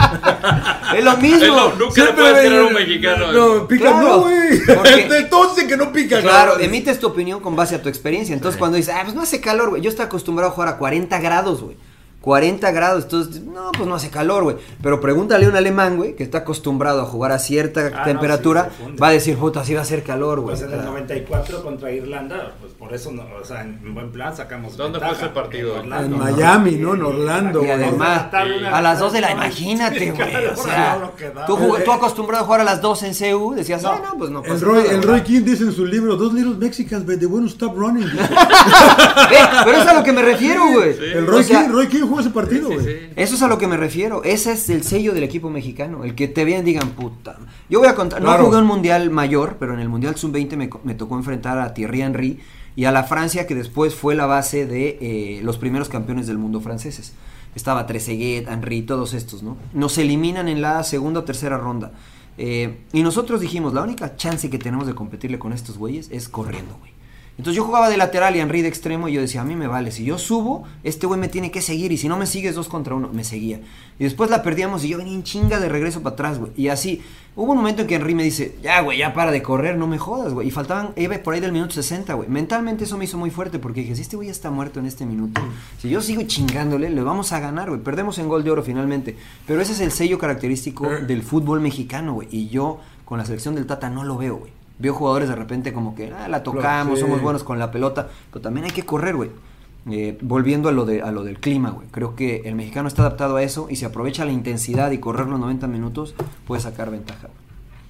D: Es lo mismo.
B: Eh, no, *laughs* nunca le
A: Siempre
B: puedes
A: me-
B: tirar a un mexicano.
A: No, pica
D: Claro,
A: no, güey. *laughs*
D: porque-
A: Entonces dicen que no
C: *laughs*
A: pica
D: Claro,
A: cabrón.
D: emites tu opinión con base a tu experiencia. Entonces, cuando dices, ah, pues no hace calor, güey. Yo estoy acostumbrado a jugar a 40 grados, güey. 40 grados, entonces, no, pues no hace calor, güey. Pero pregúntale a un alemán, güey, que está acostumbrado a jugar a cierta
C: Ah, no,
D: temperatura,
C: sí, se funde.
D: va a decir, puta, sí va a hacer calor, güey.
C: Pues en
D: O
C: el
D: sea,
C: 94 contra Irlanda, pues por eso, no, o sea, en buen plan sacamos.
B: ¿Dónde
C: ventaja.
B: fue ese partido?
C: En,
A: En
C: ¿no?
A: Miami, ¿no? En Orlando,
D: Y
A: güey.
D: además,
C: tarde,
D: a las 2 de la,
C: tarde. *laughs*
D: imagínate,
C: Sí,
D: güey. O
C: cabrón,
D: sea,
C: lo que da. Eh.
D: tú, jug- tú acostumbrado a jugar a las 2 en CU, decías,
C: No.
D: ah, no, pues no
A: El
D: pasa
A: Roy,
D: nada,
A: el
D: güey".
A: Roy King dice en su libro, Dos Little Mexicans, but they wouldn't stop
D: *laughs*
A: running.
D: Eh, pero es a lo que me refiero, güey.
A: El Roy,
D: O sea,
A: King, Roy King jugó ese partido, güey.
D: Eso es a lo que me refiero. Ese es el sello del equipo mexicano. El que te vean y digan, puta. Yo voy a contar.
A: Claro.
D: No jugué un mundial mayor, pero en el mundial sub-20 me, co- me tocó enfrentar a Thierry Henry y a la Francia, que después fue la base de eh, los primeros campeones del mundo franceses. Estaba Trezeguet, Henry, todos estos, ¿no? Nos eliminan en la segunda o tercera ronda. Eh, y nosotros dijimos, la única chance que tenemos de competirle con estos güeyes es corriendo, güey. Entonces yo jugaba de lateral y Henry de extremo y yo decía, a mí me vale, si yo subo, este güey me tiene que seguir y si no me sigues dos contra uno, me seguía. Y después la perdíamos y yo venía en chinga de regreso para atrás, güey. Y así, hubo un momento en que Henry me dice, ya güey, ya para de correr, no me jodas, güey. Y faltaban, iba por ahí del minuto 60, güey. Mentalmente eso me hizo muy fuerte porque dije, si este güey ya está muerto en este minuto, si yo sigo chingándole, le vamos a ganar, güey. Perdemos en gol de oro finalmente. Pero ese es el sello característico
A: Eh.
D: del fútbol mexicano, güey. Y yo con la selección del Tata no lo veo, güey. Veo jugadores de repente como que, ah, la tocamos,
A: Sí.
D: somos buenos con la pelota, pero también hay que correr, güey. Eh, volviendo a lo, de, a lo del clima, güey. Creo que el mexicano está adaptado a eso y si aprovecha la intensidad y correr los 90 minutos, puede sacar ventaja. güey.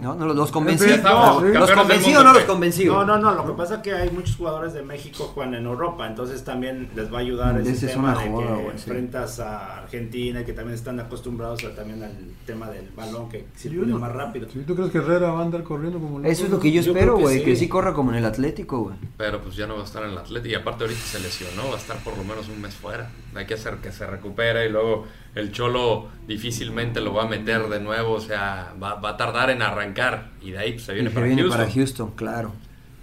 D: ¿No? no, ¿Los convencí?
A: Ya estamos,
B: campeones
D: ¿Los
B: del
D: convencí
B: mundo,
D: o no los
B: güey.
D: convencí?
C: No,
D: güey?
C: no, no, lo que pasa es que hay muchos jugadores de México juegan en Europa, entonces también les va a ayudar ese,
D: Esa es
C: tema
D: una
C: de
D: joda,
C: que
D: güey, sí.
C: enfrentas a Argentina y que también están acostumbrados a- también al tema del balón que circula más rápido.
A: Sí, ¿Tú crees que Herrera va a andar corriendo como loco?
D: Eso es lo que yo,
C: Yo
D: espero,
C: creo que
D: güey.
C: sí.
D: Que sí corra como en el Atlético, güey.
B: Pero pues ya no va a estar en el Atlético. Y aparte ahorita se lesionó, va a estar por lo menos un mes fuera. Hay que hacer que se recupere y luego el Cholo difícilmente lo va a meter de nuevo. O sea, va, va a tardar en arrancar. Y de ahí pues, se viene,
D: Y que
B: para,
D: viene
B: Houston.
D: para Houston, claro.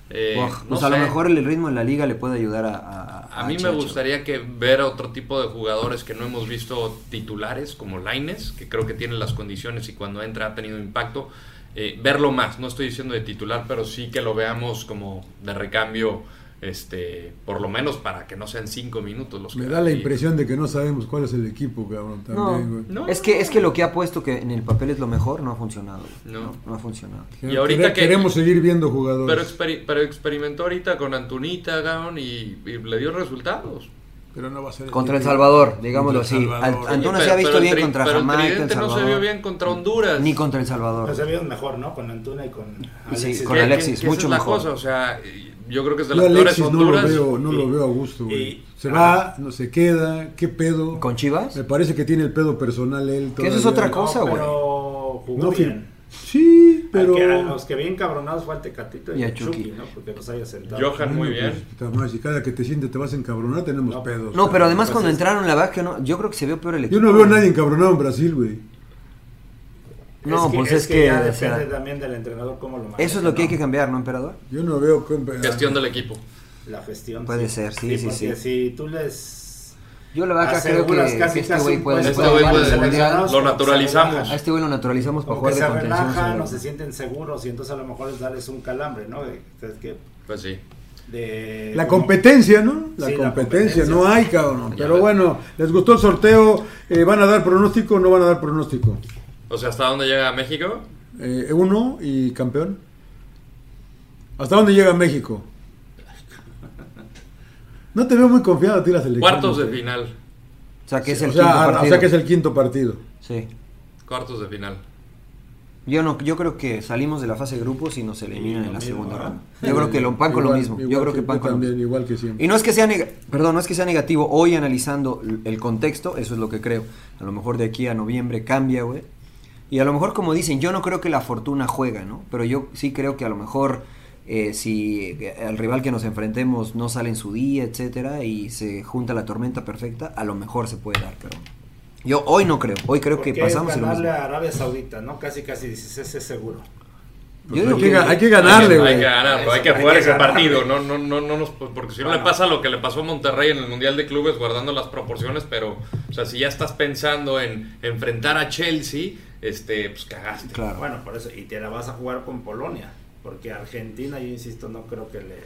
B: Eh,
D: Oj,
B: no
D: pues a lo
B: sé.
D: mejor el ritmo en la liga le puede ayudar a. A,
A: Ah,
B: A mí me
D: Chacho.
B: gustaría que ver otro tipo de jugadores que no hemos visto titulares, como Laines, que creo que tiene las condiciones y cuando entra ha tenido impacto. eh, verlo más, no estoy diciendo de titular, pero sí que lo veamos como de recambio, este, por lo menos para que no sean cinco minutos los que
A: Pues Me da la
B: y-
A: impresión de que no sabemos cuál es el equipo, cabrón, también, güey.
D: No,
B: No,
D: es que es que lo que ha puesto que en el papel es lo mejor no ha funcionado. güey.
B: No.
D: No, no ha funcionado.
B: Y ahorita que-
A: Queremos seguir viendo
B: Pero,
A: jugadores.
B: experi- pero experimentó ahorita con Antunita, Gaon, y, y le dio resultados.
A: Pero, no va a ser
D: Contra El
A: equipo.
D: Salvador, digámoslo
A: Contra
D: así.
A: El Salvador.
D: Al- Antuna
B: Oye,
D: se
B: pero-
D: ha visto
B: pero el
D: bien
B: tri-
D: contra
B: pero el
D: Jamaica, El
B: Tridente no se
D: Salvador.
B: vio bien contra Honduras.
D: Ni contra
C: Pero
D: El
C: se
D: Salvador.
C: vieron mejor, ¿no? Con Antuna y con
D: Sí,
C: Alexis.
D: con
B: Que-
D: Alexis,
B: que- que esa
D: mucho
B: es la
D: mejor.
B: cosa, o sea, y- yo creo que es de
A: Yo
B: las
A: a
B: peores
A: Alexis no lo
B: Honduras.
A: veo, no lo
C: y-
A: veo a gusto, güey.
C: y-
A: Se va, no se queda, qué pedo.
D: ¿Con Chivas?
A: Me parece que tiene el pedo personal él.
D: Que eso es
A: todavía.
D: otra cosa,
C: No,
D: güey.
C: pero jugó
A: No,
C: bien.
A: fir- sí,
C: Pero... a
A: pero.
C: los que bien cabronados fue al Tecatito y,
D: Y a
C: a Chucky,
D: Chucky.
C: ¿no? Porque los haya sentado.
B: Johan muy bien.
A: Pues, puta madre, si cada que te sientes te vas a encabronar, tenemos
C: No.
A: pedos.
D: No, pero además
C: Entonces-
D: cuando entraron la verdad que no, yo creo que se vio peor el equipo.
A: Yo no veo a nadie encabronado en Brasil, güey.
D: No,
C: que-
D: pues es que,
C: ya
D: o sea,
C: depende también del entrenador cómo lo maneja.
D: Eso es lo que hay
C: ¿no?
D: que cambiar, ¿no, emperador?
A: Yo no veo. con-
B: Gestión del equipo.
C: La gestión.
D: Puede ser, sí, sí,
C: porque
D: sí.
C: Si tú les.
D: Yo la verdad que creo que,
C: Aseguras
D: que
C: casi,
D: este
C: casi
D: güey
C: un
D: puede,
C: puesto.
B: Este
D: puede
B: güey
D: jugar en
B: puede
D: el Mundial.
B: seleccionar. lo naturalizamos.
D: A este güey lo naturalizamos para
C: Como que
D: jugar
C: se
D: de contención.
C: relajan o
D: seguro.
C: se sienten seguros y entonces a lo mejor les darles un calambre, ¿no? De, ¿sabes qué?
B: Pues sí.
C: De-
A: La
C: como-
A: competencia, ¿no? La,
C: Sí, la
A: competencia,
C: competencia.
A: no hay, cabrón. Pero
B: ves.
A: bueno, les gustó el sorteo. Eh, ¿Van a dar pronóstico o no van a dar pronóstico?
B: O sea, ¿hasta dónde llega México?
A: Eh, uno y campeón. ¿Hasta dónde llega México? No te veo muy confiado a ti la selección.
B: Cuartos de
A: ¿eh?
B: final.
D: O sea, que es
A: O
D: el
A: sea,
D: quinto
A: ah, o
D: partido.
A: sea que es el quinto partido.
D: Sí.
B: Cuartos de final.
D: Yo no, yo creo que salimos de la fase de grupos y nos eliminan
C: Sí,
D: en
C: lo mismo,
D: la segunda
C: ¿no?
D: ronda. Yo creo que lo pan con lo
A: Eh, Igual-
D: mismo. Yo
A: igual
D: creo que pan con lo
A: también,
D: mismo.
A: igual que siempre.
D: Y no es que sea nega- perdón, no es que sea negativo hoy analizando l- el contexto, eso es lo que creo. A lo mejor de aquí a noviembre cambia, güey. Y a lo mejor como dicen, yo no creo que la fortuna juega, ¿no? Pero yo sí creo que a lo mejor eh, si el rival que nos enfrentemos no sale en su día, etcétera, y se junta la tormenta perfecta, a lo mejor se puede dar, pero yo hoy no creo. Hoy creo que
C: Porque
D: pasamos
C: es
D: el
C: ganarle
D: mismo.
C: a Arabia Saudita, ¿no? Casi, casi dices, ese es seguro.
D: Yo digo
A: hay, que,
D: que-
A: Pues hay que ganarle,
B: Hay que- Hay
A: güey.
B: que ganarlo, hay que
C: Hay que
B: jugar ese
C: ganar.
B: partido. No, no, no, no nos, porque si no le
C: Bueno.
B: pasa lo que le pasó a Monterrey en el Mundial de Clubes, guardando las proporciones, pero, o sea, si ya estás pensando en enfrentar a Chelsea, este, pues cagaste.
D: Claro.
C: Bueno, por eso, y te la vas a jugar con Polonia. Porque Argentina, yo insisto, no creo que le.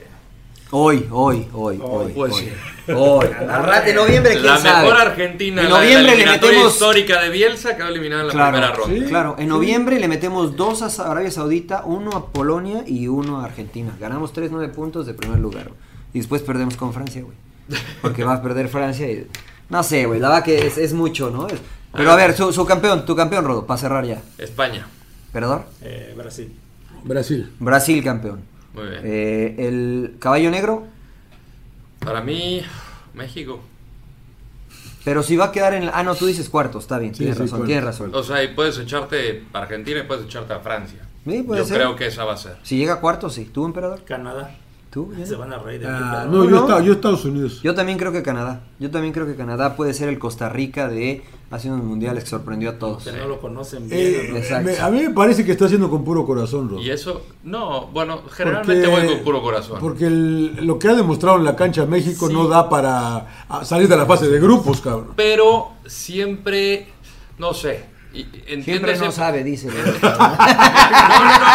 D: Hoy, hoy, hoy, hoy.
C: pues
D: hoy.
C: sí.
B: *laughs*
D: Hoy. Al rato, en noviembre, quién
B: La
D: sabe.
B: mejor Argentina,
D: En
B: la de la
D: noviembre le
B: eliminatoria
D: metemos.
B: histórica de Bielsa quedó eliminada en la primera
D: Claro,
B: ronda.
A: sí.
D: claro, en noviembre le metemos dos a Arabia Saudita, uno a Polonia y uno a Argentina. Ganamos 3-9 puntos de primer lugar. Y después perdemos con Francia, güey. Porque va a perder Francia y... No sé, güey, la verdad que es, es mucho, ¿no? Pero a ver, su, su campeón, tu campeón, Rodo, para cerrar ya.
B: España.
D: ¿Perdón?
C: eh, Brasil.
A: Brasil.
D: Brasil campeón.
B: Muy bien.
D: Eh, el caballo negro,
B: Para mí, México.
D: pero si va a quedar en... la- Ah, no, tú dices cuartos, está bien,
A: Sí,
D: tienes
A: sí,
D: razón,
A: cuartos.
D: tienes razón.
B: O sea, y puedes echarte a Argentina y puedes echarte a Francia.
D: Sí, puede
B: Yo
D: ser.
B: creo que esa va a ser.
D: Si llega a cuartos, sí. ¿Tú, emperador?
C: Canadá.
D: ¿Tú? ya?
C: Se van a reír de mí,
A: Ah, no,
C: pero-
D: No,
A: yo,
D: no.
A: Estados- yo Estados Unidos.
D: Yo también creo que Canadá. Yo también creo que Canadá puede ser el Costa Rica de hace unos mundiales que sorprendió a todos.
C: que no lo conocen
A: Eh,
C: bien. ¿no?
D: Exacto.
A: me- a mí me parece que está haciendo con puro corazón, Rodo.
B: Y eso, no, bueno, generalmente
A: Porque-
B: voy con puro corazón.
A: Porque el- lo que ha demostrado en la cancha México
B: Sí.
A: no da para ah, salir de la fase de grupos, cabrón.
B: pero siempre, no sé. y- Entiendo
D: Siempre
B: ese-
D: no sabe, dice.
B: *laughs* No, no, no,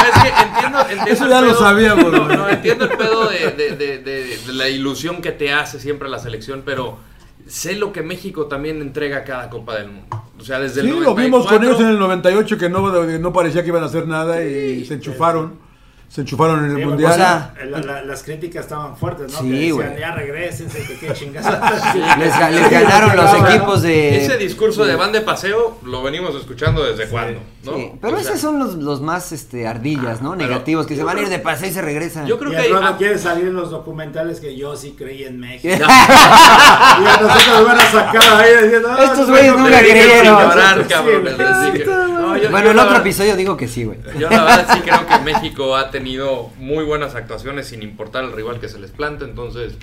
B: es que entiendo, entiendo
A: Eso
B: el
A: ya lo sabíamos,
B: No,
A: güey.
B: no, entiendo el pedo de, de- de- de- de la ilusión que te hace siempre la selección, pero sé lo que México también entrega a cada Copa del Mundo. O sea, desde
A: Sí,
B: el
A: lo vimos con
B: 94,
A: ellos en el 98 que no, no parecía que iban a hacer nada y se enchufaron. Se enchufaron en el
C: Sí,
A: mundial.
C: o sea,
D: Ah.
C: la- la- las críticas estaban fuertes, ¿no?
D: Sí,
C: que decían,
D: güey.
C: ya regresense, que qué chingadas.
D: les, ga- les ganaron los equipos de...
B: Ese discurso de van de paseo lo venimos escuchando desde cuándo, ¿no?
D: Sí, pero
B: O sea, Ah,
D: esos son los, los más este, ardillas, ¿no?
B: pero
D: Negativos, que
B: yo
D: se van a ir
B: creo-
D: de paseo y se regresan.
B: Yo creo
C: Y
B: que hay-
C: el Rodo
B: ah,
C: quiere salir en los documentales que yo sí creí en México.
D: Ya. *laughs*
C: y a nosotros van a sacar ahí diciendo, "Ah, no,
D: Estos güeyes
C: no,
D: nunca
C: no,
B: les dije
D: creyeron".
B: sin
C: no,
B: llorar,
C: sí,
B: cabrón,
C: güey.
B: les dije. No, yo-
D: bueno,
B: yo
D: en
B: la
D: otro
B: verdad-
D: episodio digo que sí, güey.
B: Yo la verdad sí creo que México ha tenido muy buenas actuaciones sin importar el rival que se les plante, entonces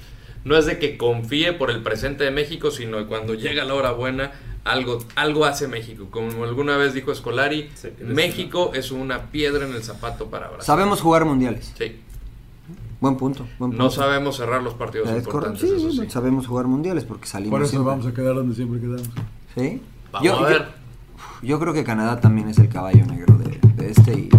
B: no es de que confíe por el presente de México, sino que cuando llega la hora buena algo algo hace México. Como alguna vez dijo Escolari,
C: Sí, que
B: México es una piedra en el zapato para Brasil.
D: Sabemos jugar mundiales.
B: Sí.
D: Buen punto. Buen punto.
B: No sabemos cerrar los partidos
D: Es correcto.
B: importantes,
D: Sí,
B: eso
D: sí,
B: sí.
D: sabemos jugar mundiales porque salimos
A: Por eso
D: siempre.
A: vamos a quedar donde siempre quedamos.
D: ¿Sí?
B: Vamos a ver.
D: Yo creo que Canadá también es el caballo negro de, de este y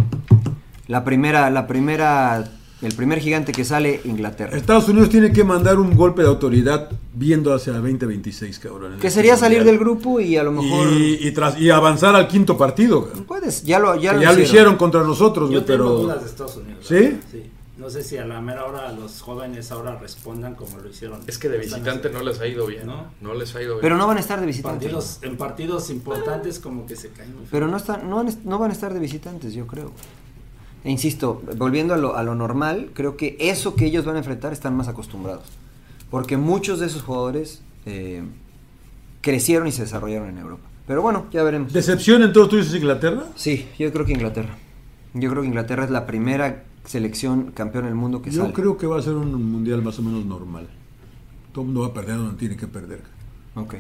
D: la primera, la primera, el primer gigante que sale Inglaterra.
A: Estados Unidos tiene que mandar un golpe de autoridad viendo hacia 2026, cabrón.
D: Que sería salir del grupo y a lo mejor
A: Y, y tras- y avanzar al quinto partido. cabrón.
D: puedes, ya lo, ya
A: Que
D: lo
A: ya lo hicieron
D: hicieron.
A: contra nosotros,
C: Yo
A: güey, pero...
C: tengo dudas de Estados Unidos.
A: ¿Sí?
C: ¿verdad? Sí. No sé si a la mera hora los jóvenes ahora respondan como lo hicieron.
B: Es que de visitante no les ha ido bien,
C: ¿No?
B: No les ha ido bien.
D: Pero no van a estar de
C: En
D: visitantes.
C: partidos, en partidos importantes como que se caen muy feo.
D: Pero no, están, no, van, a est- no van a estar de visitantes, yo creo. E insisto, volviendo a lo, a lo normal, creo que eso que ellos van a enfrentar están más acostumbrados. Porque muchos de esos jugadores eh, crecieron y se desarrollaron en Europa. Pero bueno, ya veremos.
A: ¿Decepción entonces tú dices Inglaterra?
D: Sí, yo creo que Inglaterra. Yo creo que Inglaterra es la primera selección campeón del mundo que
A: Yo
D: sale.
A: creo que va a ser un mundial más o menos normal. Todo el mundo va a perder donde tiene que perder.
D: Ok.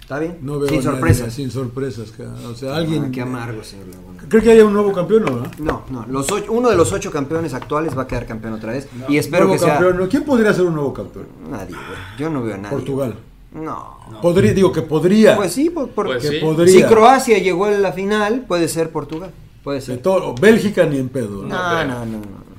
D: ¿Está bien?
A: No veo
D: Sin
A: a nadie
D: sorpresas.
A: sin sorpresas. cabrón. O sea,
D: Alguien
A: alguien...
D: que amargo, señor Laguna.
A: ¿Cree que haya un nuevo campeón o no?
D: No, no. Los ocho- uno de los ocho campeones actuales va a quedar campeón otra vez. y espero
A: Nuevo
D: que
A: campeón, ¿no? ¿Quién podría ser un nuevo campeón?
D: sea. Nadie, güey. Yo no veo a nadie.
A: Portugal.
D: No.
A: Podría, digo que podría.
D: Pues sí, por- por-
B: Pues
A: que
B: sí.
A: podría.
D: si Croacia llegó a la final, puede ser Portugal. Puede
A: De
D: ser.
A: todo- Bélgica ni en pedo. ¿no?
D: No, no, no, no. no.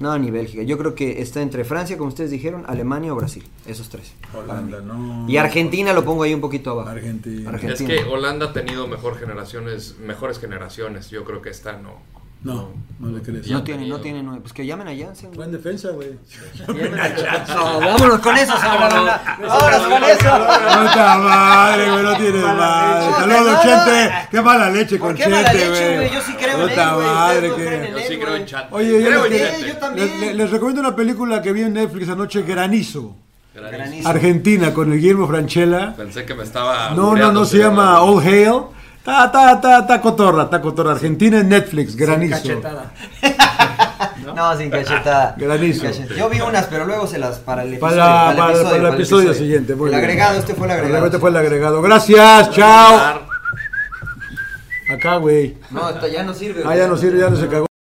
D: No, ni Bélgica. Yo creo que está entre Francia, como ustedes dijeron, Alemania o Brasil. Esos tres.
A: Holanda, no.
D: Y Argentina lo pongo ahí un poquito abajo.
A: Argentina.
B: es
D: Argentina.
B: que Holanda ha tenido mejor generaciones, mejores generaciones. Yo creo que esta no.
A: No, no le crees.
D: No tiene, no tiene nueve. Pues que llamen a Janssen. güey.
A: Buen defensa,
D: *laughs*
A: güey.
D: Llamen a Janssen. No, vámonos con *laughs* eso, señor Laguna. Vámonos con eso.
A: Puta madre, güey, no tienes madre.
D: leche.
A: Saludos,
D: No,
A: Chente.
D: no.
A: Qué mala leche
D: ¿Por
A: con
D: qué mala
A: Chente,
D: leche,
A: güey.
D: güey? Yo sí creo en él,
A: Puta
D: güey.
A: madre,
D: Ustedes no
A: que-
D: creen en él.
B: Yo sí
D: Eh,
B: creo
D: güey.
B: en chat.
A: Oye, yo les,
B: creo en
A: que-
D: Sí, yo
B: chat.
D: también.
A: les- les- les recomiendo una película que vi en Netflix anoche, Granizo.
B: Granísimo.
D: Granizo.
A: Argentina, con el Guillermo Franchella.
B: Pensé que me estaba.
A: No, no, no,
B: albureando,
A: se
B: pero-
A: llama All Hail. Ta, ta, ta, ta cotorra, ta cotorra. Argentina en Netflix,
C: Son
A: Granizo.
C: cachetada.
D: ¿no? sin cachetada.
A: *laughs* Granizo.
D: Sin cachetada. Yo vi unas, pero luego se las para el
A: Para,
D: episodio.
A: la- para- para el episodio siguiente. muy
D: El
A: bien.
D: agregado, este fue el agregado.
A: Realmente fue el agregado. Gracias, chao. Acá, güey.
D: No, esta ya Ah. no sirve.
A: Ah,
D: güey.
A: ya no sirve, ya no se cagó.